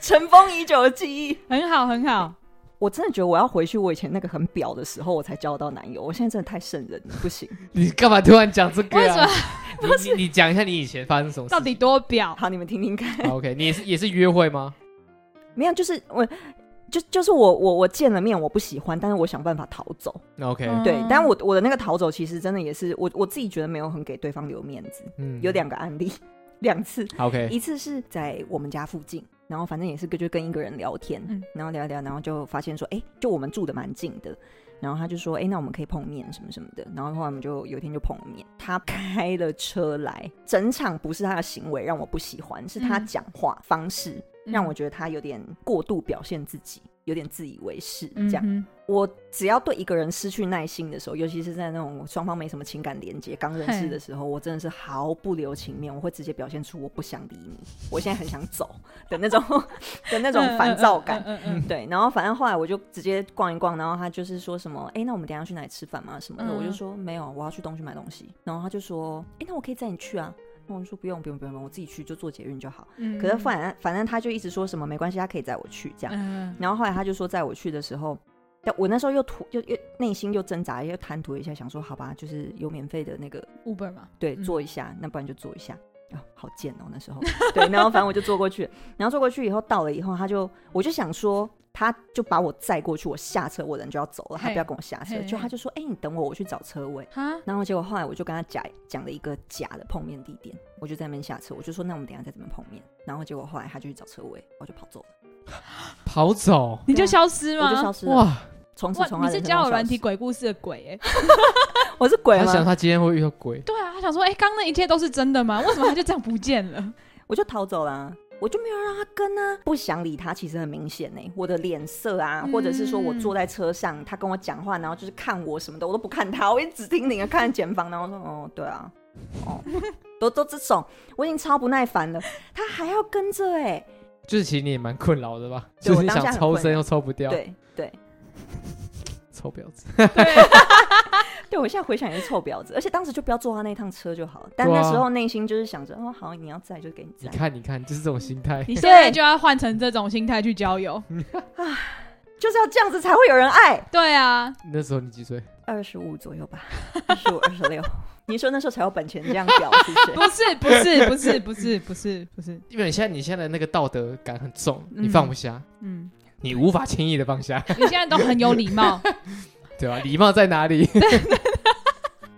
S3: 尘封已久的记忆。
S2: 很好很好，
S3: 我真的觉得我要回去我以前那个很表的时候，我才交到男友。我现在真的太圣人了，不行。
S1: 你干嘛突然讲这个
S2: 为什
S1: 啊
S2: 么？
S1: 你你你讲一下你以前发生什么事
S2: 到
S1: 情？
S2: 底多表？
S3: 好，你们听听看。
S1: 好 OK，你也是也是约会吗？
S3: 没有，就是我，就就是我，我我见了面我不喜欢，但是我想办法逃走。
S1: 那 OK，
S2: 嗯
S3: 对，但我我的那个逃走其实真的也是我我自己觉得没有很给对方留面子。
S1: 嗯，
S3: 有两个案例，两次。
S1: OK，
S3: 一次是在我们家附近，然后反正也是跟就跟一个人聊天，
S2: 嗯
S3: 然后聊一聊，然后就发现说，哎、就我们住的蛮近的，然后他就说，哎、那我们可以碰面什么什么的，然后后来我们就有一天就碰了面，他开了车来，整场不是他的行为让我不喜欢，是他
S2: 嗯
S3: 讲话方式、
S2: 嗯
S3: 让我觉得他有点过度表现自己。有点自以为是
S2: 嗯
S3: 这样。
S2: 哼
S3: 我只要对一个人失去耐心的时候，尤其是在那种双方没什么情感连接、刚认识的时候，我真的是毫不留情面，我会直接表现出我不想理你，我现在很想走的那 种的那种烦躁感。
S2: 嗯嗯嗯嗯
S3: 对，然后反正后来我就直接逛一逛，然后他就是说什么，哎、那我们等一下去哪里吃饭吗？什么的，
S2: 嗯
S3: 我就说没有，我要去东区买东西。然后他就说，哎、那我可以载你去啊。那我就说不用不用不用，不用我自己去就坐捷运就好。
S2: 嗯
S3: 可是反正反正他就一直说什么没关系，他可以载我去这样。
S2: 嗯
S3: 然后后来他就说载我去的时候，但我那时候又吐又又内心又挣扎又贪图一下，想说好吧，就是有免费的那个
S2: Uber 嘛，
S3: 对，
S2: 嗯
S3: 坐一下，那不然就坐一下。啊、好贱哦、那时候。对，然后反正我就坐过去，然后坐过去以后到了以后，他就我就想说，他就把我载过去，我下车，我人就要走了，他
S2: 嘿
S3: 不要跟我下车，
S2: 嘿
S3: 就他
S2: 嘿
S3: 就说，哎、你等我，我去找车位。
S2: 哈，
S3: 然后结果后来我就跟他假讲了一个假的碰面地点，我就在那边下车，我就说那我们等一下再怎么碰面。然后结果后来他就去找车位，我就跑走了，
S1: 跑走
S2: 你就消失吗？
S3: 我就消失了。
S1: 哇！
S3: 从此从
S2: 哇，嗯啊你
S3: 他
S2: 是
S3: 人生
S2: 交
S3: 中
S2: 友软
S3: 消
S2: 体
S3: 失
S2: 鬼故事的鬼哎、
S3: 我是鬼
S1: 他想
S3: 吗？
S1: 他今天会遇到鬼，
S2: 对啊，他想说，哎、刚刚那一切都是真的吗？为什么他就这样不见 了？
S3: 我就逃走啦、啊我就没有让他跟啊，不想理他，其实很明显呢、我的脸色啊，
S2: 嗯
S3: 或者是说我坐在车上，他跟我讲话，然后就是看我什么的，我都不看他，我一直听你的看前方，然后我说哦，对啊，哦，都都这种，我已经超不耐烦了，他还要跟着哎、
S1: 就是其实你也蛮困扰的吧？
S3: 对
S1: 就
S3: 我
S1: 是你
S3: 当下
S1: 想
S3: 很
S1: 抽
S3: 困
S1: 身
S3: 扰
S1: 又抽不掉，
S3: 对对
S1: 臭婊子。
S3: 对，我现在回想也是臭婊子，而且当时就不要坐他那趟车就好了，但
S1: 对啊
S3: 那时候内心就是想着哦，好，你要在就给你
S1: 你
S3: 在，
S1: 看，你看，就是这种心 态。
S2: 你现在就要换成这种心态去交友。
S3: 就是要这样子才会有人爱。
S2: 对啊，
S1: 那时候你几岁？
S3: 二十五左右吧，二十五、二十六。 你说那时候才有本钱这样 屌，是不是
S2: 不？是不是不是不是不是不是，
S1: 因为你现在你现在的那个道德感很重，你
S2: 嗯
S1: 放不下，
S2: 嗯，
S1: 你无法轻易的放 下，
S2: 你现在都很有礼 貌，
S1: 对吧、礼貌在哪 里？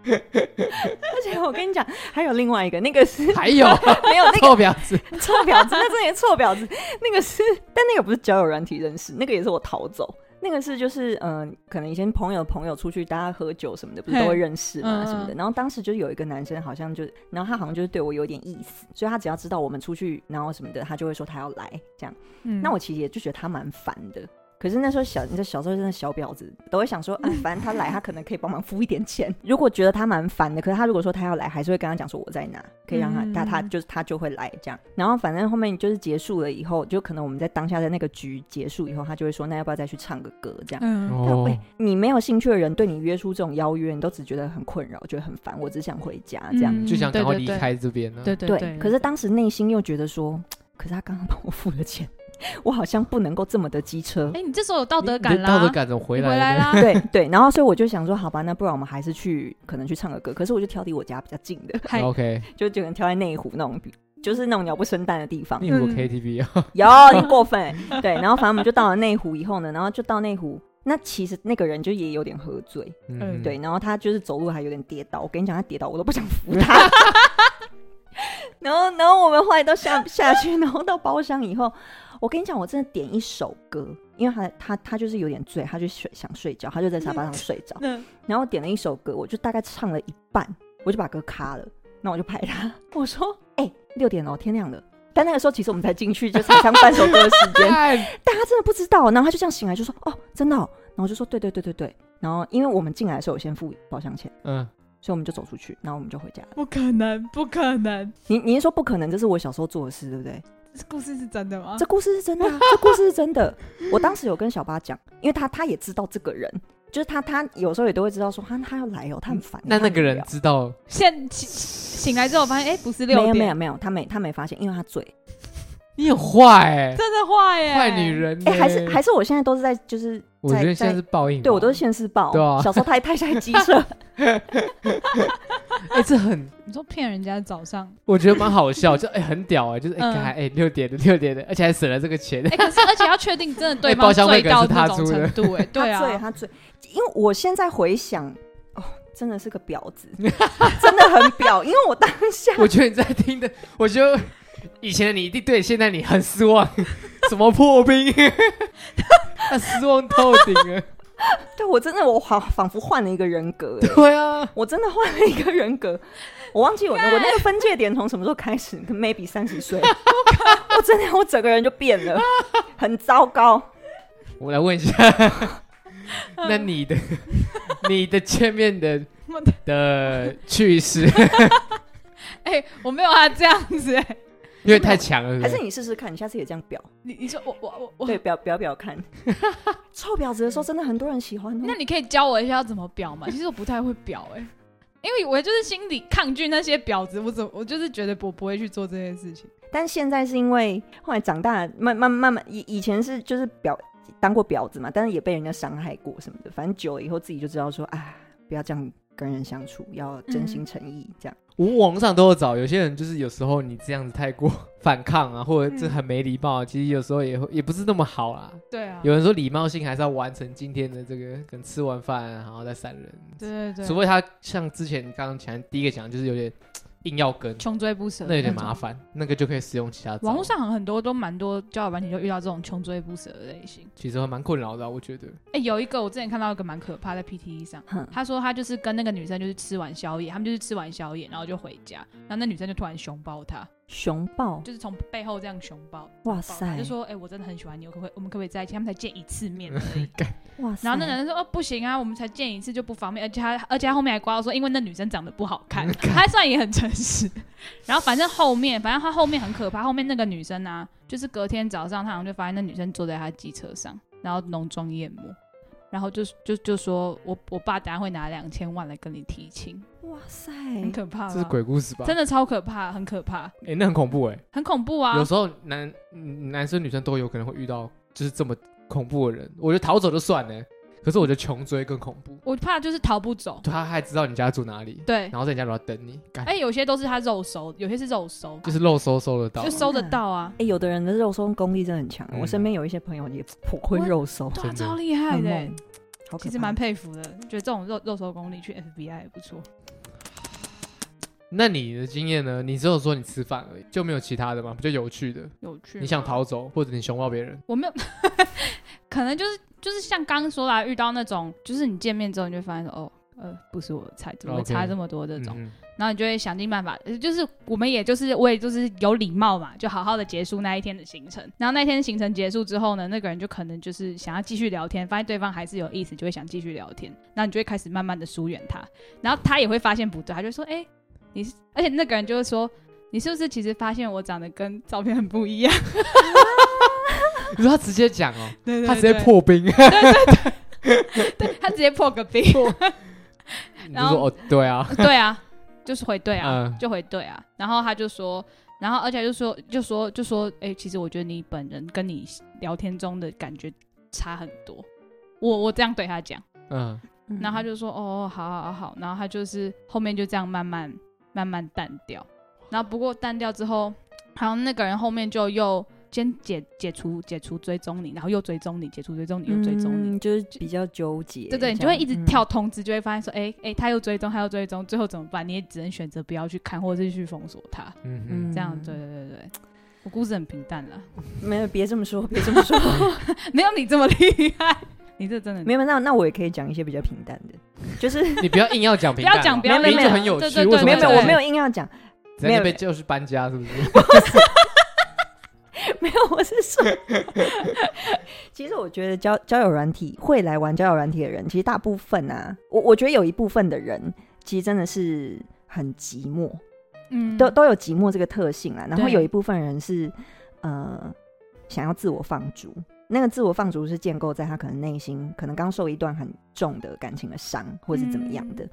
S3: 而且我跟你讲，还有另外一个，那个是
S1: 还有
S3: 没有那
S1: 臭婊子，
S3: 个臭婊子，那真的是臭婊子。那个是，但那个不是交友软体认识，那个也是我逃走。那个是就是嗯、呃可能以前朋友朋友出去大家喝酒什么的，不是
S2: 嘿
S3: 都会认识嘛
S2: 嗯
S3: 什么的。然后当时就有一个男生，好像就，然后他好像就是对我有点意思，所以他只要知道我们出去，然后什么的，他就会说他要来这样。
S2: 嗯，
S3: 那我其实也就觉得他蛮烦的。可是那时候小，你知道小时候真的小婊子，都会想说，
S2: 嗯
S3: 哎，反正他来，他可能可以帮忙付一点钱。 如果觉得他蛮烦的，可是他如果说他要来，还是会跟他讲说我在哪，可以让他，他他
S2: 嗯
S3: 就是他就会来这样。然后反正后面就是结束了以后，就可能我们在当下的那个局结束以后，他就会说，那要不要再去唱个歌这样？
S2: 嗯
S1: 哦
S3: 但喂，你没有兴趣的人对你约出这种邀约，你都只觉得很困扰，觉得很烦，我只想回家啊这
S2: 嗯
S3: 样。
S1: 就想赶快离
S2: 对对对
S1: 开这边啊呢。
S2: 对对
S3: 对，
S2: 对，
S3: 可是当时内心又觉得说，可是他刚刚帮我付了钱， 我好像不能够这么的机车。
S2: 哎，你这时候有道
S1: 你
S2: 德
S1: 你
S2: 感
S1: 的
S2: 啦，
S1: 道德感怎么
S2: 你
S1: 回
S2: 回
S1: 来
S2: 来
S1: 了呢？
S2: 啦，
S3: 对对，然后所以我就想说，好吧，那不然我们还是去，可能去唱个歌。可是我就挑剔我家比较近的，
S2: 嗨，
S1: OK，
S3: 就就可能挑在内湖那种比，就是那种鸟不生蛋的地方
S1: 你。有
S2: 嗯
S1: KTV 啊？
S3: 有你过分欸对，然后反正我们就到了内湖以后呢，然后就到内湖。那其实那个人就也有点喝醉，
S1: 嗯，
S3: 对，然后他就是走路还有点跌倒。我跟你讲，他跌倒我都不想扶他。 然后，然后我们后来都下下去， 然后到包厢以后，我跟你讲，我真的点一首歌，因为他他他就是有点醉，他就睡想睡觉，他就在沙发上睡着。
S2: 嗯
S3: 然后我点了一首歌，我就大概唱了一半，我就把歌卡了，那我就拍他， 我说：“哎、六点哦，天亮了。”但那个时候其实我们才进去，就才唱半首歌的时间，
S1: 干
S3: 大家真的不知道。然后他就这样醒来，就说：“哦，真的、哦。”然后我就说：“对对对对对。”然后因为我们进来的时候，我先付包厢钱，
S1: 嗯，
S3: 所以我们就走出去，然后
S1: 哦
S3: 我们就回家了。
S2: 不可能，不可能，
S3: 你你是说不可能？这是我小时候做的事，对不对？
S2: 这故事是真的吗
S3: 这？故事是真 的、啊，这故事是真的。我当时有跟小八讲，因为他他也知道这个人，就是他他有时候也都会知道说，他他要来哦，他很烦。
S1: 那
S3: 他
S1: 那
S3: 很
S1: 个
S3: 无
S1: 人
S3: 聊
S1: 知道
S2: 现醒醒来之后发现，哎，不是
S3: 没
S2: 六
S3: 有没有
S2: 点，
S3: 没有，他没他没发现，因为他醉。
S1: 你很坏欸，
S2: 真的坏耶，
S1: 坏女，人
S3: 哎、
S1: 欸。
S3: 还是还是我现在都是在就是
S1: 我觉得现在
S3: 在
S1: 是报应吧。啊
S3: 对我都是现世报，
S1: 对啊
S3: 小时候太太太机车，
S1: 哎，这很
S2: 你说骗人家早上，
S1: 我觉得蛮好笑，就哎、很屌哎、就是哎
S2: 嗯
S1: 干哎六点的六点的，而且还省了这个钱。
S2: 哎，可是而且要确定真的对
S1: 哎包
S2: 方
S1: 厢
S2: 醉
S1: 位可
S2: 到
S1: 是他
S2: 那种
S1: 租的
S2: 程 度，哎，对
S3: 他醉
S2: 啊，
S3: 他醉，因为我现在回想，哦，真的是个婊子， 真的很婊，因为我当下
S1: 我觉得你在听的，我觉得以前的你一定对现在你很失望， 什么破冰， 他失望透顶了。
S3: 对我真的我仿仿佛换了一个人格、哎
S1: 对啊，
S3: 我真的换了一个人格，我忘记我那我那个分界点从什么时候开始，maybe 三十岁，我真的我整个人就变了，很糟糕。
S1: 我们来问一下，那你的 你的见面的
S2: 我的
S1: 的趣事，
S2: 哎、我没有啊，这样子、哎，
S1: 因为太强了，对
S3: 还是
S1: 不对
S3: 你试试看，你下次也这样表，
S2: 你你说我我我我，
S3: 对，表表表看。臭婊子的时候，真的很多人喜欢哦
S2: 那。你可以教我一下要怎么表吗？其实我不太会表、哎，因为我就是心里抗拒那些婊子，我怎我就是觉得我不会去做这件事情。
S3: 但现在是因为后来长大，慢慢慢慢，以以前是就是表当过婊子嘛，但是也被人家伤害过什么的。反正久了以后，自己就知道说啊，不要这样跟人相处，要真心诚意这样。
S1: 我网上都有找，有些人就是有时候你这样子太过反抗啊，或者这
S2: 嗯
S1: 很没礼貌啊，其实有时候也会也不是那么好啦。
S2: 对啊，
S1: 有人说礼貌性还是要完成今天的这个，可能吃完饭啊然后再闪人，
S2: 对对对，
S1: 除非他像之前刚刚讲第一个讲，就是有点硬要跟，
S2: 穷追不舍，
S1: 那有点麻。烦，那个就可以使用其他招。
S2: 网络上好像很多都蛮多交友软体就遇到这种穷追不舍的类型。
S1: 其实还蛮困扰的啊，我觉得。
S2: 哎、有一个我之前看到一个蛮可怕的 PTE E 上，
S3: 哼，
S2: 他说他就是跟那个女生就是吃完宵夜，他们就是吃完宵夜然后就回家，然后那女生就突然熊抱他，
S3: 熊抱，
S2: 就是从背后这样熊抱，抱
S3: 哇
S2: 他
S3: 塞
S2: 就，说哎、我真的很喜欢你，我可不可以我们可不可以在一起？他们才见一 次面而已。
S3: 哇塞，
S2: 然后那男生说：“哦，不行啊，我们才见一次就不方便，而且他，而且他后面还挂到说，因为那女生长得不好看，他算也很诚实。 然后反正后面，反正他后面很可怕，后面那个女生啊，就是隔天早上，他好像就发现那女生坐在他的机车上，然后浓妆艳抹，然后就就就说我我爸等下会拿两千万来跟你提亲，
S3: 哇塞，
S2: 很可怕吧，
S1: 这是鬼故事吧？
S2: 真的超可怕，很可怕，
S1: 哎、那很恐怖哎、
S2: 很恐怖啊
S1: 有。时候男嗯男生女生都有可能会遇到，就是这么恐怖的人。我觉得逃走就算了，可是我觉得穷追更恐怖。
S2: 我怕就是逃不走，
S1: 他还知道你家住哪里，
S2: 对。”
S1: 然后在你家楼下等你，干、
S2: 哎、有些都是他肉收，有些是肉收，
S1: 就是肉搜搜得到
S2: 就。收得到啊。
S3: 哎、有的人的肉搜功力真的很强，
S1: 嗯
S3: 我身边有一些朋友也颇会
S2: 我
S3: 肉搜，
S2: 对啊，
S1: 真的
S2: 超厉害
S3: 很
S2: 的、
S3: 猛，好可怕。
S2: 其实蛮佩服的，觉得这种肉肉搜功力去 FBI 也不错。
S1: 那你的经验呢？你只有说你吃饭而已，就没有其他的吗？比较有趣的，
S2: 有趣吗。
S1: 你想逃走或者你熊抱别人，
S2: 我没有， 可能就是就是像刚刚说啦，遇到那种就是你见面之后你就发现说哦。呃，不是我的菜，怎么会
S1: OK
S2: 差这么多这种
S1: 嗯
S2: 然后你就会想尽办法，呃就是我们也就是我也就是有礼貌嘛，就好好的结束那一天的行程。然后那天行程结束之后呢，那个人就可能就是想要继续聊天，发现对方还是有意思，就会想继续聊天。然后你就会开始慢慢的疏远他，然后他也会发现不对，他就说：“哎、你是……而且那个人就会说，你是不是其实发现我长得跟照片很不一样
S1: 哼你说他直接讲哦、？”
S2: 对对对，
S1: 他直接破冰，
S2: 对， 他直接破个冰。
S1: 你就
S2: 然后
S1: 说哦，对啊，
S2: 对啊，就是回对啊，
S1: 嗯
S2: 就回对啊。然后他就说，然后而且就说，就说，就说，哎、其实我觉得你本人跟你聊天中的感觉差很多。我我这样对他讲，
S1: 嗯，
S3: 嗯，
S2: 然后他就说，哦，好好好好。然后他就是后面就这样慢慢慢慢淡掉。然后不过淡掉之后，好像那个人后面就又先解解除解除追踪你，然后又追踪你，解除追踪你，又追踪你。
S3: 嗯就是比较纠结，
S2: 对对，你
S3: 这
S2: 就会
S3: 样嗯
S2: 一直跳，通知，就会发现说，哎、哎、他又追踪，他又追踪，最后怎么办？你也只能选择不要去看，或者是去封锁他。
S1: 嗯
S3: 嗯
S1: 嗯，
S2: 这样，对对对对，我故事很平淡啦，
S3: 嗯没有，别这么说，别这 么说，
S2: 没有你这么厉害，你这真的
S3: 没有，那那我也可以讲一些比较平淡的，就是
S1: 你不要硬要讲
S2: 不
S1: 平淡
S2: 要
S1: 啊，
S2: 讲，不
S1: 明
S2: 要
S1: 明
S3: 没
S1: 就
S3: 有
S1: 很有
S2: 对
S1: 趣，
S2: 对
S1: 为
S2: 对
S1: 什么
S3: 没有没有，
S1: 要
S3: 我
S1: 讲
S3: 没有硬要讲，
S1: 直
S3: 没
S1: 接
S3: 有
S1: 被就是搬家是不是？
S3: 没有，我是说， 其实我觉得交交友软体会来玩交友软体的人，其实大部分啊，我我觉得有一部分的人其实真的是很寂寞，
S2: 嗯，
S3: 都都有寂寞这个特性啦。然后
S2: 对
S3: 有一部分人是呃想要自我放逐，那个自我放逐是建构在他可能内心可能刚受一段很重的感情的伤，或是怎么样
S2: 嗯
S3: 的。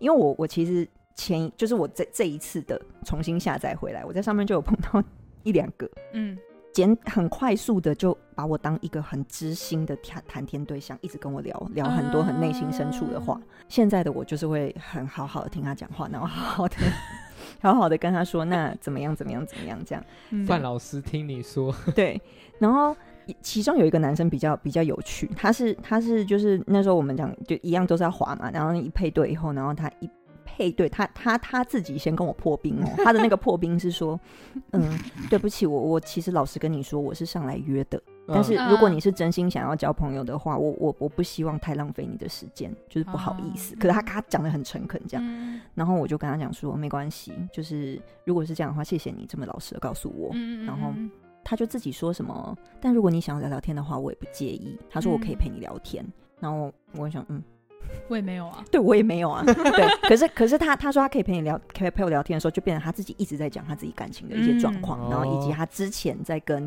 S3: 因为我我其实前一就是我这这一次的重新下载回来，我在上面就有碰到 一两个。
S2: 嗯，
S3: 简很快速的就把我当一个很知心的谈谈天对象，一直跟我聊聊很多很内心深处的话。现在的我就是会很好好的听他讲话，然后好好的好好的跟他说，那怎么样怎么样怎么样这样。
S2: 嗯
S1: 范老师听你说，
S3: 对，然后其中有一个男生比较比较有趣，他是他是就是那时候我们讲就一样都是要滑嘛，然后一配对以后，然后他一配对，他他他自己先跟我破冰哦，他的那个破冰是说，嗯，对不起，我我其实老实跟你说，我是上来约的，但是
S1: 嗯
S3: 如果你是真心想要交朋友的话，我我我不希望太浪费你的时间，就是不好意思。
S2: 哦
S3: 可是他他讲的很诚恳，这样，
S2: 嗯
S3: 然后我就跟他讲说，没关系，就是如果是这样的话，谢谢你这么老实的告诉我。
S2: 嗯嗯，
S3: 然后
S2: 嗯
S3: 他就自己说什么，但如果你想要聊聊天的话，我也不介意。他说我可以陪
S2: 嗯
S3: 你聊天，然后我想，嗯，
S2: 我也没有啊，
S3: 对我也没有啊，对。可是可是他他说他可以陪你聊，可以陪我聊天的时候，就变成他自己一直在讲他自己感情的一些状况，
S1: 嗯
S3: 然后以及
S1: 哦
S3: 他之前在跟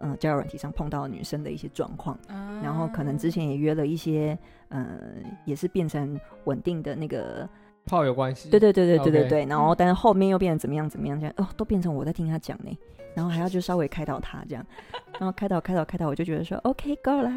S3: 嗯、呃交友软体上碰到的女生的一些状况。
S2: 啊
S3: 然后可能之前也约了一些，呃，也是变成稳定的那个，
S1: 炮友关系，
S3: 对对对对对对
S1: OK
S3: 对。然后
S2: 嗯
S3: 但是后面又变成怎么样怎么样这样，哦，都变成我在听他讲呢，然后还要就稍微开导他这样， 然后开导开导开导，我就觉得说 OK够了，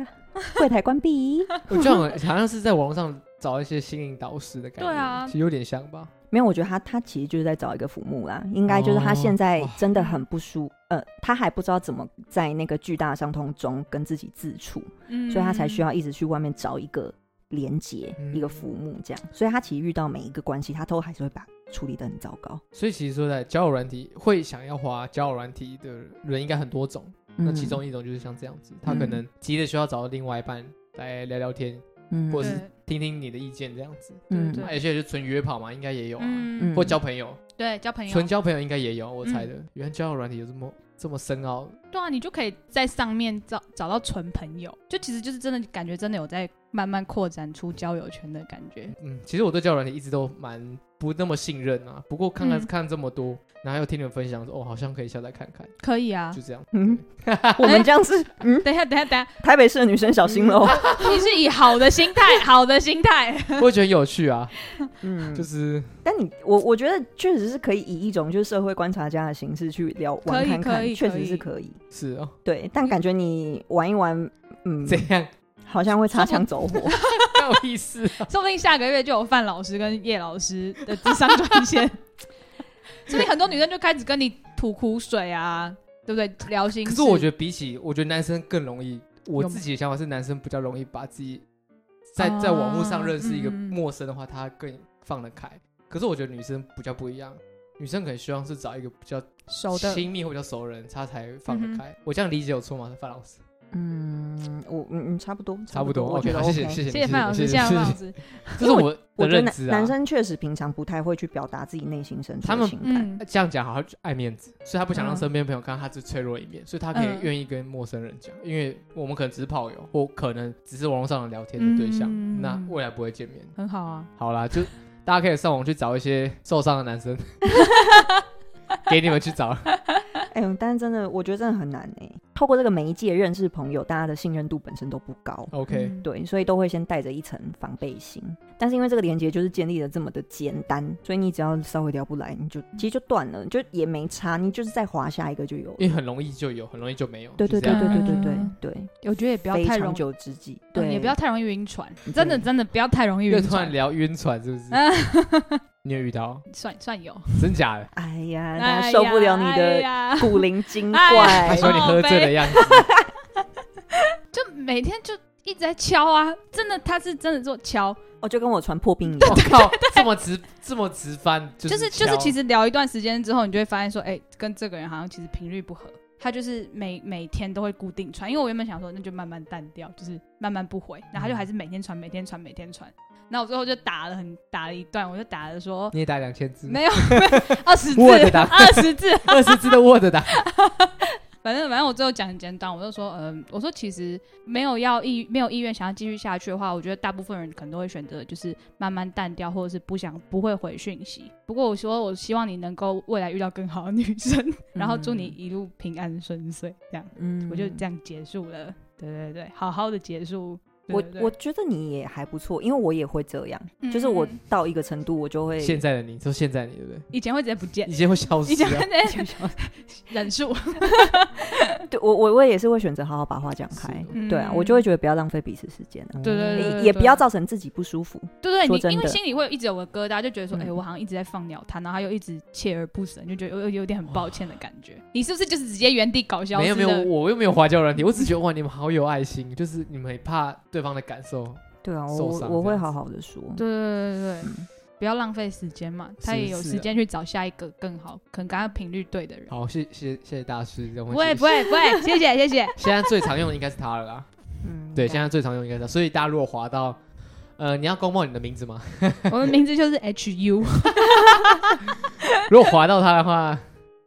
S3: 柜台关 闭。
S1: 我这样好像是在网络上找一些心灵导师的感觉，
S2: 对啊
S1: 其实有点像吧。
S3: 没有，我觉得他他其实就是在找一个浮木啦，应该就是他
S1: 哦
S3: 现在
S1: 哇
S3: 真的很不舒，呃，他还不知道怎么在那个巨大的伤痛中跟自己自处，
S2: 嗯
S3: 所以他才需要一直去外面找一个连接、
S1: 嗯
S3: 一个浮木这样。所以他其实遇到每一个关系，他都还是会把处理的很糟糕。
S1: 所以其实说在交友软体会想要滑交友软体的人应该很多种，
S3: 嗯
S1: 那其中一种就是像这样子，他可能急着需要找另外一半来聊聊天，
S3: 嗯，嗯
S1: 或者是
S2: 对
S1: 听听你的意见这样子。
S3: 嗯
S2: 对
S1: 而且就纯约炮嘛，应该也有啊，
S2: 嗯
S1: 或交朋友，
S2: 对交朋友
S1: 纯交朋友应该也有，我猜的。原来交友软体有这么这么深奥，
S2: 对啊，你就可以在上面找找到纯朋友，就其实就是真的感觉真的有在慢慢扩展出交友圈的感觉。
S1: 嗯，其实我对交友软体一直都蛮不那么信任啊。不过看看、
S2: 嗯
S1: 看这么多，然后又听你们分享说，哦，好像可以下载看看，
S2: 可以啊
S1: 就，这样。
S3: 嗯，我们这 样是嗯，
S2: 等一下等一下等一下，
S3: 台北市的女生小心哦喽。
S2: 你是以好的心态，好的心态，
S1: 我也觉得很有趣啊，
S3: 嗯，
S1: 就是
S3: 但你我我觉得确实是可以以一种就是社会观察家的形式去聊玩
S2: 可以
S3: 看
S2: 可
S3: 看，
S2: 以
S3: 确
S2: 可
S3: 实是
S2: 以
S3: 可以。
S1: 是哦，
S3: 对，但感觉你玩一玩，嗯，
S1: 这 样
S3: 好像会擦
S2: 说不
S3: 枪走火。
S1: 很有意思啊。
S2: 说不定下个月就有范老师跟叶老师的智商专线， 说不定很多女生就开始跟你吐苦水啊，对不对？聊心事。
S1: 可是我觉得比起，我觉得男生更容易，我
S2: 有吗
S1: 自己的想法是男生比较容易把自己在
S2: 啊
S1: 在网络上认识一个
S2: 嗯嗯嗯
S1: 陌生的话，他更放得开。可是我觉得女生比较不一样，女生可能希望是找一个比较
S2: 熟的
S1: 亲密或比较熟的人，他才放
S2: 嗯
S1: 得
S2: 哼
S1: 开。我这样理解有错吗，范老师？
S3: 嗯，我嗯嗯，差不多，
S1: 差不多
S3: 我觉
S1: ，OK，
S3: 得
S1: 好，谢谢
S3: OK。
S1: 谢谢
S2: 谢谢范老
S1: 谢
S2: 师，哦
S1: 谢
S2: 谢谢范老
S1: 谢，
S2: 师。
S1: 这是我
S3: 我
S1: 的
S3: 觉得
S1: 认
S3: 男
S1: 知啊。
S3: 男生确实平常不太会去表达自己内心深处
S1: 他
S3: 的
S1: 们
S3: 情感。
S2: 嗯，
S1: 这样讲好像就爱面子，所以他不想让
S2: 嗯
S1: 身边朋友看到他最脆弱的一面，所以他可以
S2: 嗯
S1: 愿意跟陌生人讲，因为我们可能只是炮友，或可能只是网络上的聊天的对象，
S2: 嗯
S1: 那未来不会见面。
S2: 很好啊。
S1: 好啦，就大家可以上网去找一些受伤的男 生，给你们去找。
S3: 哎呦，但是真的，我觉得真的很难哎、透过这个媒介认识朋友，大家的信任度本身都不高，
S1: OK，
S2: 嗯，
S3: 对，所以都会先带着一层防备心。但是因为这个连接就是建立的这么的简单，所以你只要稍微聊不来，你就其实就断了，就也没差，你就是再滑下一个就有了。
S1: 因为很容易就有，很容易就没有。
S3: 对对
S1: 就这
S3: 对
S1: 样
S3: 对对对
S2: 嗯
S3: 对对，
S2: 我觉得也不要
S3: 非
S2: 太容
S3: 长
S2: 易，
S3: 久之计，
S2: 嗯
S3: 对，
S2: 也不要太容易晕船。真的
S3: 对
S2: 真的不要太容易
S1: 因为
S2: 晕
S1: 突然
S2: 船。
S1: 聊晕船是不是？
S2: 啊，
S1: 你有遇到？
S2: 算算有，
S1: 真假的？
S3: 哎呀，大
S2: 哎
S3: 家
S2: 呀
S3: 受不了你
S2: 哎
S3: 的
S2: 呀
S3: 古灵精
S2: 哎呀
S1: 他
S3: 怪
S1: 喜，欢你喝醉的样 子。
S2: 就每天就一直在敲啊，真的他是真的做敲，
S3: 哦，就跟我传 破冰一
S1: 我
S3: 样。
S1: 靠，这么直这么直翻，就
S2: 哦就是
S1: 是
S2: 就是其
S1: 实
S2: 实聊一段时间之后，你就会发现说，哎、跟这个人好像其实频率不合。他就是每每天都会固定传，因为我原本想说那就慢慢淡掉，就是慢慢不回，然后他就还是每天传，每天传，每天传。然后我最后就打了很打了一段，我就打了说
S1: 你也打两千字，
S2: 没有二十字
S1: Word 档
S2: 二十字，
S1: 二十字的 Word 打。
S2: 反正反正我最后讲很简短，我就说，嗯、我说其实没有要意没有意愿想要继续下去的话，我觉得大部分人可能都会选择就是慢慢淡掉，或者是不想不会回讯息。不过我说我希望你能够未来遇到更好的女生， 然后祝你一路平安顺遂，这样
S3: 嗯
S2: 我就这样结束了。对对对，好好的结束。对
S3: 我
S2: 对对
S3: 我觉得你也还不错，因为我也会这样，就是我
S2: 嗯
S3: 到一个程度，我就会
S1: 现在的你，说现在你对不对？
S2: 以前会直接不见
S1: 以，前会消
S2: 以
S1: 失
S2: 前
S1: 啊
S2: 会。 直接 忍术，
S3: 对我我我也是会选择好好把话讲开，
S2: 嗯
S1: 是
S3: 对啊，我就会觉得不要浪费彼此时间啊，
S2: 对对对
S3: 也也不要造成自己不舒服。
S2: 对
S3: 说
S2: 对，你
S3: 真
S2: 因为
S3: 的
S2: 心里会一直有个疙瘩，就觉得说，哎、
S3: 嗯
S2: 我好像一直在放鸟他，然后他又一直锲而不舍，就觉得有有有点很抱歉的感觉。你是不是就是直接原地搞消失
S1: 没有
S2: 的？
S1: 没有，我又没有花椒软体，我只觉得哇，你们好有爱心，就是你们也怕对方的感 受。
S3: 对啊，我
S1: 受伤
S3: 我
S1: 这样
S3: 我会好好的说。
S2: 对对对对对
S3: 嗯，
S2: 不要浪费时间嘛，他
S1: 是
S2: 也有
S1: 是
S2: 时
S1: 啊
S2: 间去找下一个更好，可能刚刚频率对的人。
S1: 好，谢谢谢谢大师，让我
S2: 不会
S1: 解
S2: 不会不会，谢谢谢 谢。
S1: 现在最常用的应该是它了 啦。
S3: 嗯
S1: 对，现在最常用应该是它，所以大家如果滑到，呃，你要公报你的名字吗？
S2: 我们名字就是 H U，
S1: 如果滑到它的话，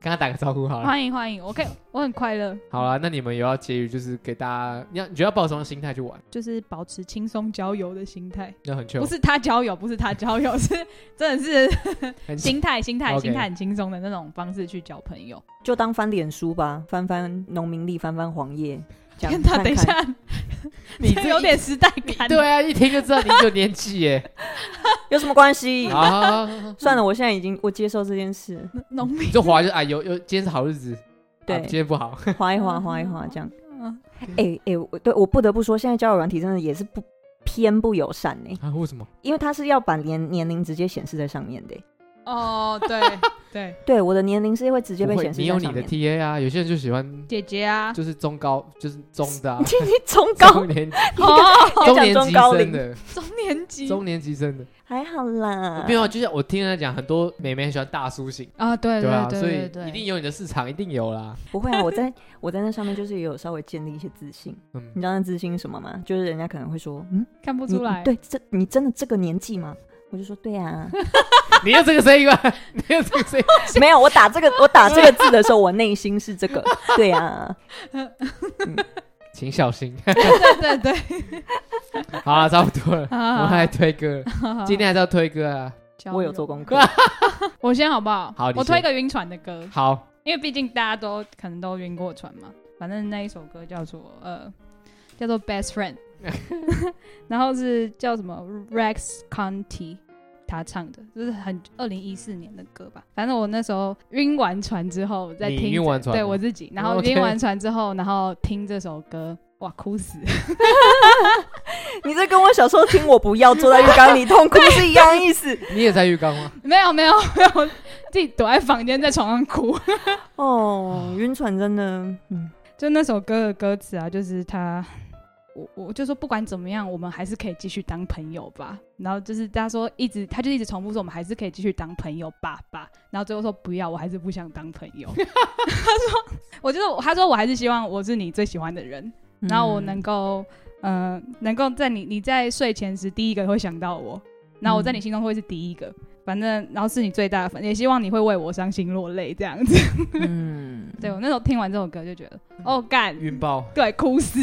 S1: 跟他打个招呼好了。
S2: 欢迎欢迎，我可以，我很快乐，
S1: 好了，那你们有要结语，就是给大家，你要你觉得要抱什么心态去玩？
S2: 就是保持轻松交友的心态。
S1: 那很 chill，
S2: 不是他交友，不是他交友， 是真的是
S1: 很
S2: 心态、心态、
S1: OK
S2: 心态很轻松的那种方式去交朋友。
S3: 就当翻脸书吧，翻翻农民历，翻翻黄页，这样
S2: 天哪，
S3: 看看
S2: 等一下，
S1: 你
S2: 这
S1: 这
S2: 有点时代感。
S1: 对啊，一听就知道你有年纪 耶。
S3: 有什么关系？
S1: 好好，好好好
S3: 算了，我现在已经我接受这件事，
S2: 农民
S1: 你就滑就啊，有有，今天是好日子，
S3: 对
S1: 啊今天不好，
S3: 划一划，划一划，这样。
S2: 嗯，
S3: 哎、哎、我对我不得不说，现在交友软体真的也是不偏不友善呢、
S1: 啊，为什么？
S3: 因为它是要把年年龄直接显示在上面的欸、
S2: 哦，对 对，
S3: 对，我的年龄是会直接被
S1: 不会
S3: 显示
S1: 你
S3: 在
S1: 有
S3: 上
S1: 你
S3: 面
S1: 的 TA 啊，有些人就喜欢
S2: 姐姐啊，
S1: 就是中高，就是中的啊，
S3: 你 中高
S1: 中 年
S2: 哦，
S1: 中
S3: 讲
S1: 年
S3: 中
S1: 级
S3: 高嗯
S1: 生
S3: 龄
S1: 的，
S2: 中年级
S1: 中年级生的，
S3: 还好啦，
S1: 没有啊，就像我听人家讲，很多美眉很喜欢大叔型，
S2: 啊，对
S1: 啊，
S2: 对
S1: 所
S2: 对
S1: 以一定
S2: 对，
S1: 有你的市场，一定有啦。
S3: 不会啊，我在我在那上面就是也有稍微建立一些自信。你
S1: 嗯，
S3: 知道那自信是什么吗？就是人家可能会说，嗯，
S2: 看不
S3: 你
S2: 出来，
S3: 对，这你真的这个年纪吗？我就说 对啊，
S1: 你有这个声音吗？ 你有这个 声音？
S3: 没有，我 打这个我打这个字的时候，我内心是这个，对啊，
S1: 请小心。
S2: 对对对，
S1: 好了，差不多 了，
S2: 好
S1: 我
S2: 好
S1: 们还推歌 了，
S2: 好好
S1: 今天还是要推歌啊。
S2: 交
S3: 我有
S2: 友
S3: 做功课，
S2: 我先好不好？
S1: 好你
S2: 我推
S1: 先
S2: 个晕船的歌，
S1: 好，
S2: 因为毕竟大家都可能都晕过船嘛。反正那一首歌叫做呃，叫做 Best Friend，然后是叫什么 Rex Conti 他唱的，就是很二零一四年的歌吧。反正我那时候晕完船之后在
S1: 你
S2: 听这，
S1: 晕完船
S2: 对
S1: 吗
S2: 我自己，然后
S1: OK
S2: 晕完船之后，然后听这首歌，哇，哭死！
S3: 你这跟我小时候听我不要坐在浴缸里痛哭是一样意思
S1: 你也在浴缸 吗？
S2: 没有没有没有，自己躲在房间在床上哭。
S3: 哦。晕船真的，嗯，
S2: 就那首歌的歌词啊，就是他，我我就说不管怎么样，我们还是可以继续当朋友吧。然后就是他说一直，他就一直重复说我们还是可以继续当朋友吧吧。然后最后说不要，我还是不想当朋 友。他说，我就是他说我还是希望我是你最喜欢的人，
S3: 嗯
S2: 然后我能够，嗯、能够在你你在睡前时第一个会想到我，然后我在你心中会是第一个。反正，然后是你最大的粉，也希望你会为我伤心落泪这样子。
S3: 嗯，
S2: 对我那时候听完这首歌就觉得，哦干，
S1: 晕爆。
S2: 对，哭死。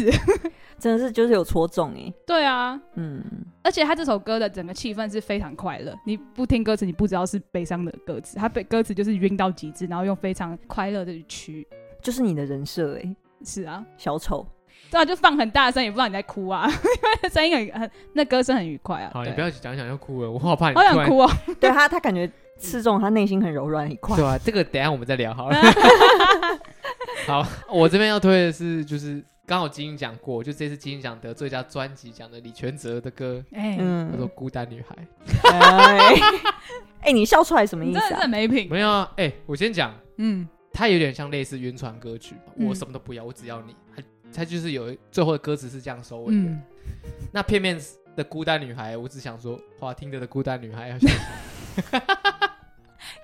S3: 真的是就是有戳中哎、
S2: 对啊，
S3: 嗯，
S2: 而且他这首歌的整个气氛是非常快乐，你不听歌词，你不知道是悲伤的歌词，他被歌词就是晕到极致，然后用非常快乐的曲。
S3: 就是你的人设哎、
S2: 是啊，
S3: 小丑，
S2: 对啊，就放很大声，也不知道你在哭啊， 因为声音很很，那歌声很愉快啊。
S1: 好，你
S2: 对
S1: 不要讲讲要哭了，我好怕你
S2: 好
S1: 突
S2: 想
S1: 然
S2: 哭哦。
S3: 对他他感觉刺中他内心很柔软的一块
S1: 对。啊，这个等一下我们再 聊好了。好，我这边要推的是，就是刚好金鹰奖过，就这次金鹰奖得最佳专辑奖的李全哲的歌
S2: 哎、
S1: 叫做《
S3: 嗯
S1: 孤单女孩》。
S3: 哎，哎，你笑出来什么
S2: 你
S3: 意
S2: 真
S3: 思
S2: 的是
S3: 啊？
S2: 没品。
S1: 没有啊，哎、我先讲，
S2: 嗯，
S1: 它有点像类似晕船歌曲，
S2: 嗯
S1: 我什么都不要，我只要你。它它就是有最后的歌词是这样收尾的。
S2: 嗯，
S1: 那片面的孤单女孩，我只想说，哇，听着的孤单女孩，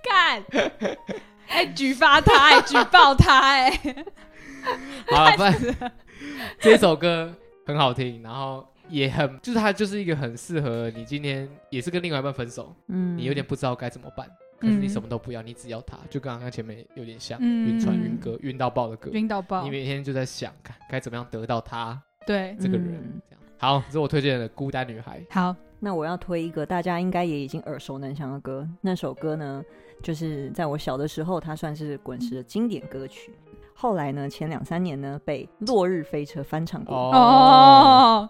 S2: 干，哎、举发他， 哎、举报他、哎，
S1: 好了，反正这首歌很好听，然后也很，就是它就是一个很适合你今天也是跟另外一半分手，
S3: 嗯
S1: 你有点不知道该怎么办，可是你什么都不要，你只要他，就跟刚刚前面有点像，
S2: 嗯
S1: 晕船晕歌晕到爆的歌，
S2: 晕到爆
S1: 你。每天就在想该该怎么样得到他
S2: 对，
S1: 这个人
S3: 嗯，
S1: 这样。好，这是我推荐的《孤单女孩》，
S2: 好，
S3: 那我要推一个大家应该也已经耳熟能详的歌，那首歌呢，就是在我小的时候，它算是滚石的经典歌曲。后来呢，前两三年呢，被《落日飞车》翻唱
S1: 哦
S3: 过，
S2: 哦，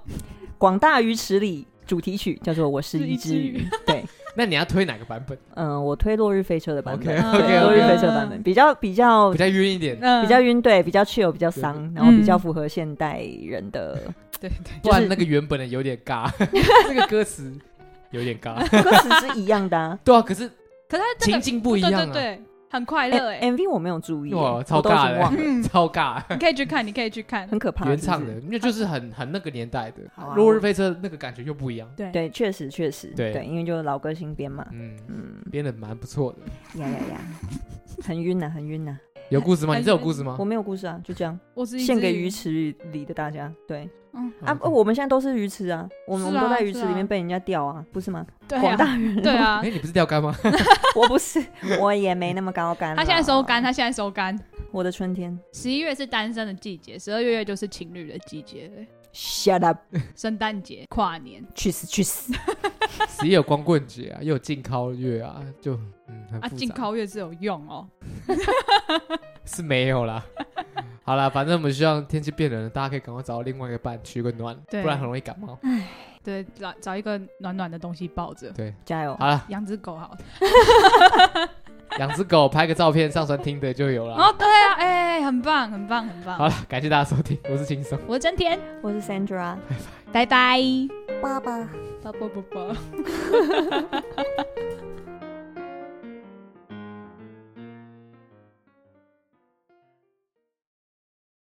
S3: 广大鱼池里》主题曲叫做《我是
S2: 是一
S3: 一
S2: 只
S3: 只
S2: 鱼
S3: 鱼》。对，
S1: 那你要推哪个版本？
S3: 嗯、我推《落日飞车》的版本
S1: OK，OK，OK
S3: 对落日飞车》版本比较比较
S1: 比较晕一点，
S2: 嗯
S3: 比较晕，对，比较 chill，比较丧，然后比较符合现代人的
S2: 对对，
S1: 不然那个原本的有点 尬，那个歌词有点尬。
S3: 歌词是一样的、啊。
S1: 对啊，可是
S2: 可是他真
S1: 情
S2: 的
S1: 境不一样啊
S2: 对对， 对，很快乐哎、
S3: M MV ，M，M 我没有注意，
S1: 哇
S3: 我
S1: 超
S3: 都已经
S1: 尬的
S3: 忘了
S2: 嗯，
S1: 超尬。
S2: 你可以去看，你可以去看。
S3: 很可怕。
S1: 原
S3: 是不
S1: 唱
S3: 是
S1: 的，那就是很很那个年代的
S3: 好啊
S1: 《落日飞车》，那个感觉又不一样。
S2: 对，啊
S3: 对，确实确实，
S1: 对
S3: 因为就是老歌新编嘛，
S1: 嗯，
S3: 嗯，
S1: 编的蛮不错的。
S3: 呀呀呀，很晕呐、很晕呐、
S1: 有故事吗？
S2: 很
S1: 你这有故事吗
S3: 我？没有故事啊，就这样
S2: 我是一
S3: 献
S2: 只
S3: 给鱼池里的大家。对
S2: 嗯，
S3: 啊，
S1: 哦
S3: 我们现在都是鱼池啊，我们
S2: 是啊
S3: 我们都在鱼池里
S2: 是啊
S3: 面被人家钓啊，不是吗？
S2: 对
S3: 广
S2: 啊，
S3: 大人，
S2: 对， 啊
S1: 哎，，你不是钓竿吗？
S3: 我不是，我也没那么高 干。
S2: 他现在收干，，他现在收干。
S3: 我的春天。
S2: 十一月是单身的季节，十二月就是情侣的季节了，
S3: Shut up，
S2: 圣诞节、跨年
S3: 去死去死！
S1: 十一有光棍节啊，又有禁靠月啊，就嗯很
S2: 啊，
S1: 复
S2: 进
S1: 杂。
S2: 靠月是有用哦。
S1: 是没有啦。 好啦，反正我们希望天气变冷了，大家可以赶快找到另外一个伴取个暖，
S2: 对
S1: 不然很容易感冒。
S2: 对，找找一个暖暖的东西抱着，
S1: 对，
S3: 加油！
S1: 好了，
S2: 养只 狗好了。
S1: 养只狗拍个照片上传听的就有了。
S2: 哦，对啊，哎、很棒，很棒，很
S1: 好
S2: 棒。
S1: 了，感谢大家收听，我是轻松。
S2: 我是真田，
S3: 我是 Sandra，
S2: 拜拜。
S3: 爸爸。
S2: 不不不不。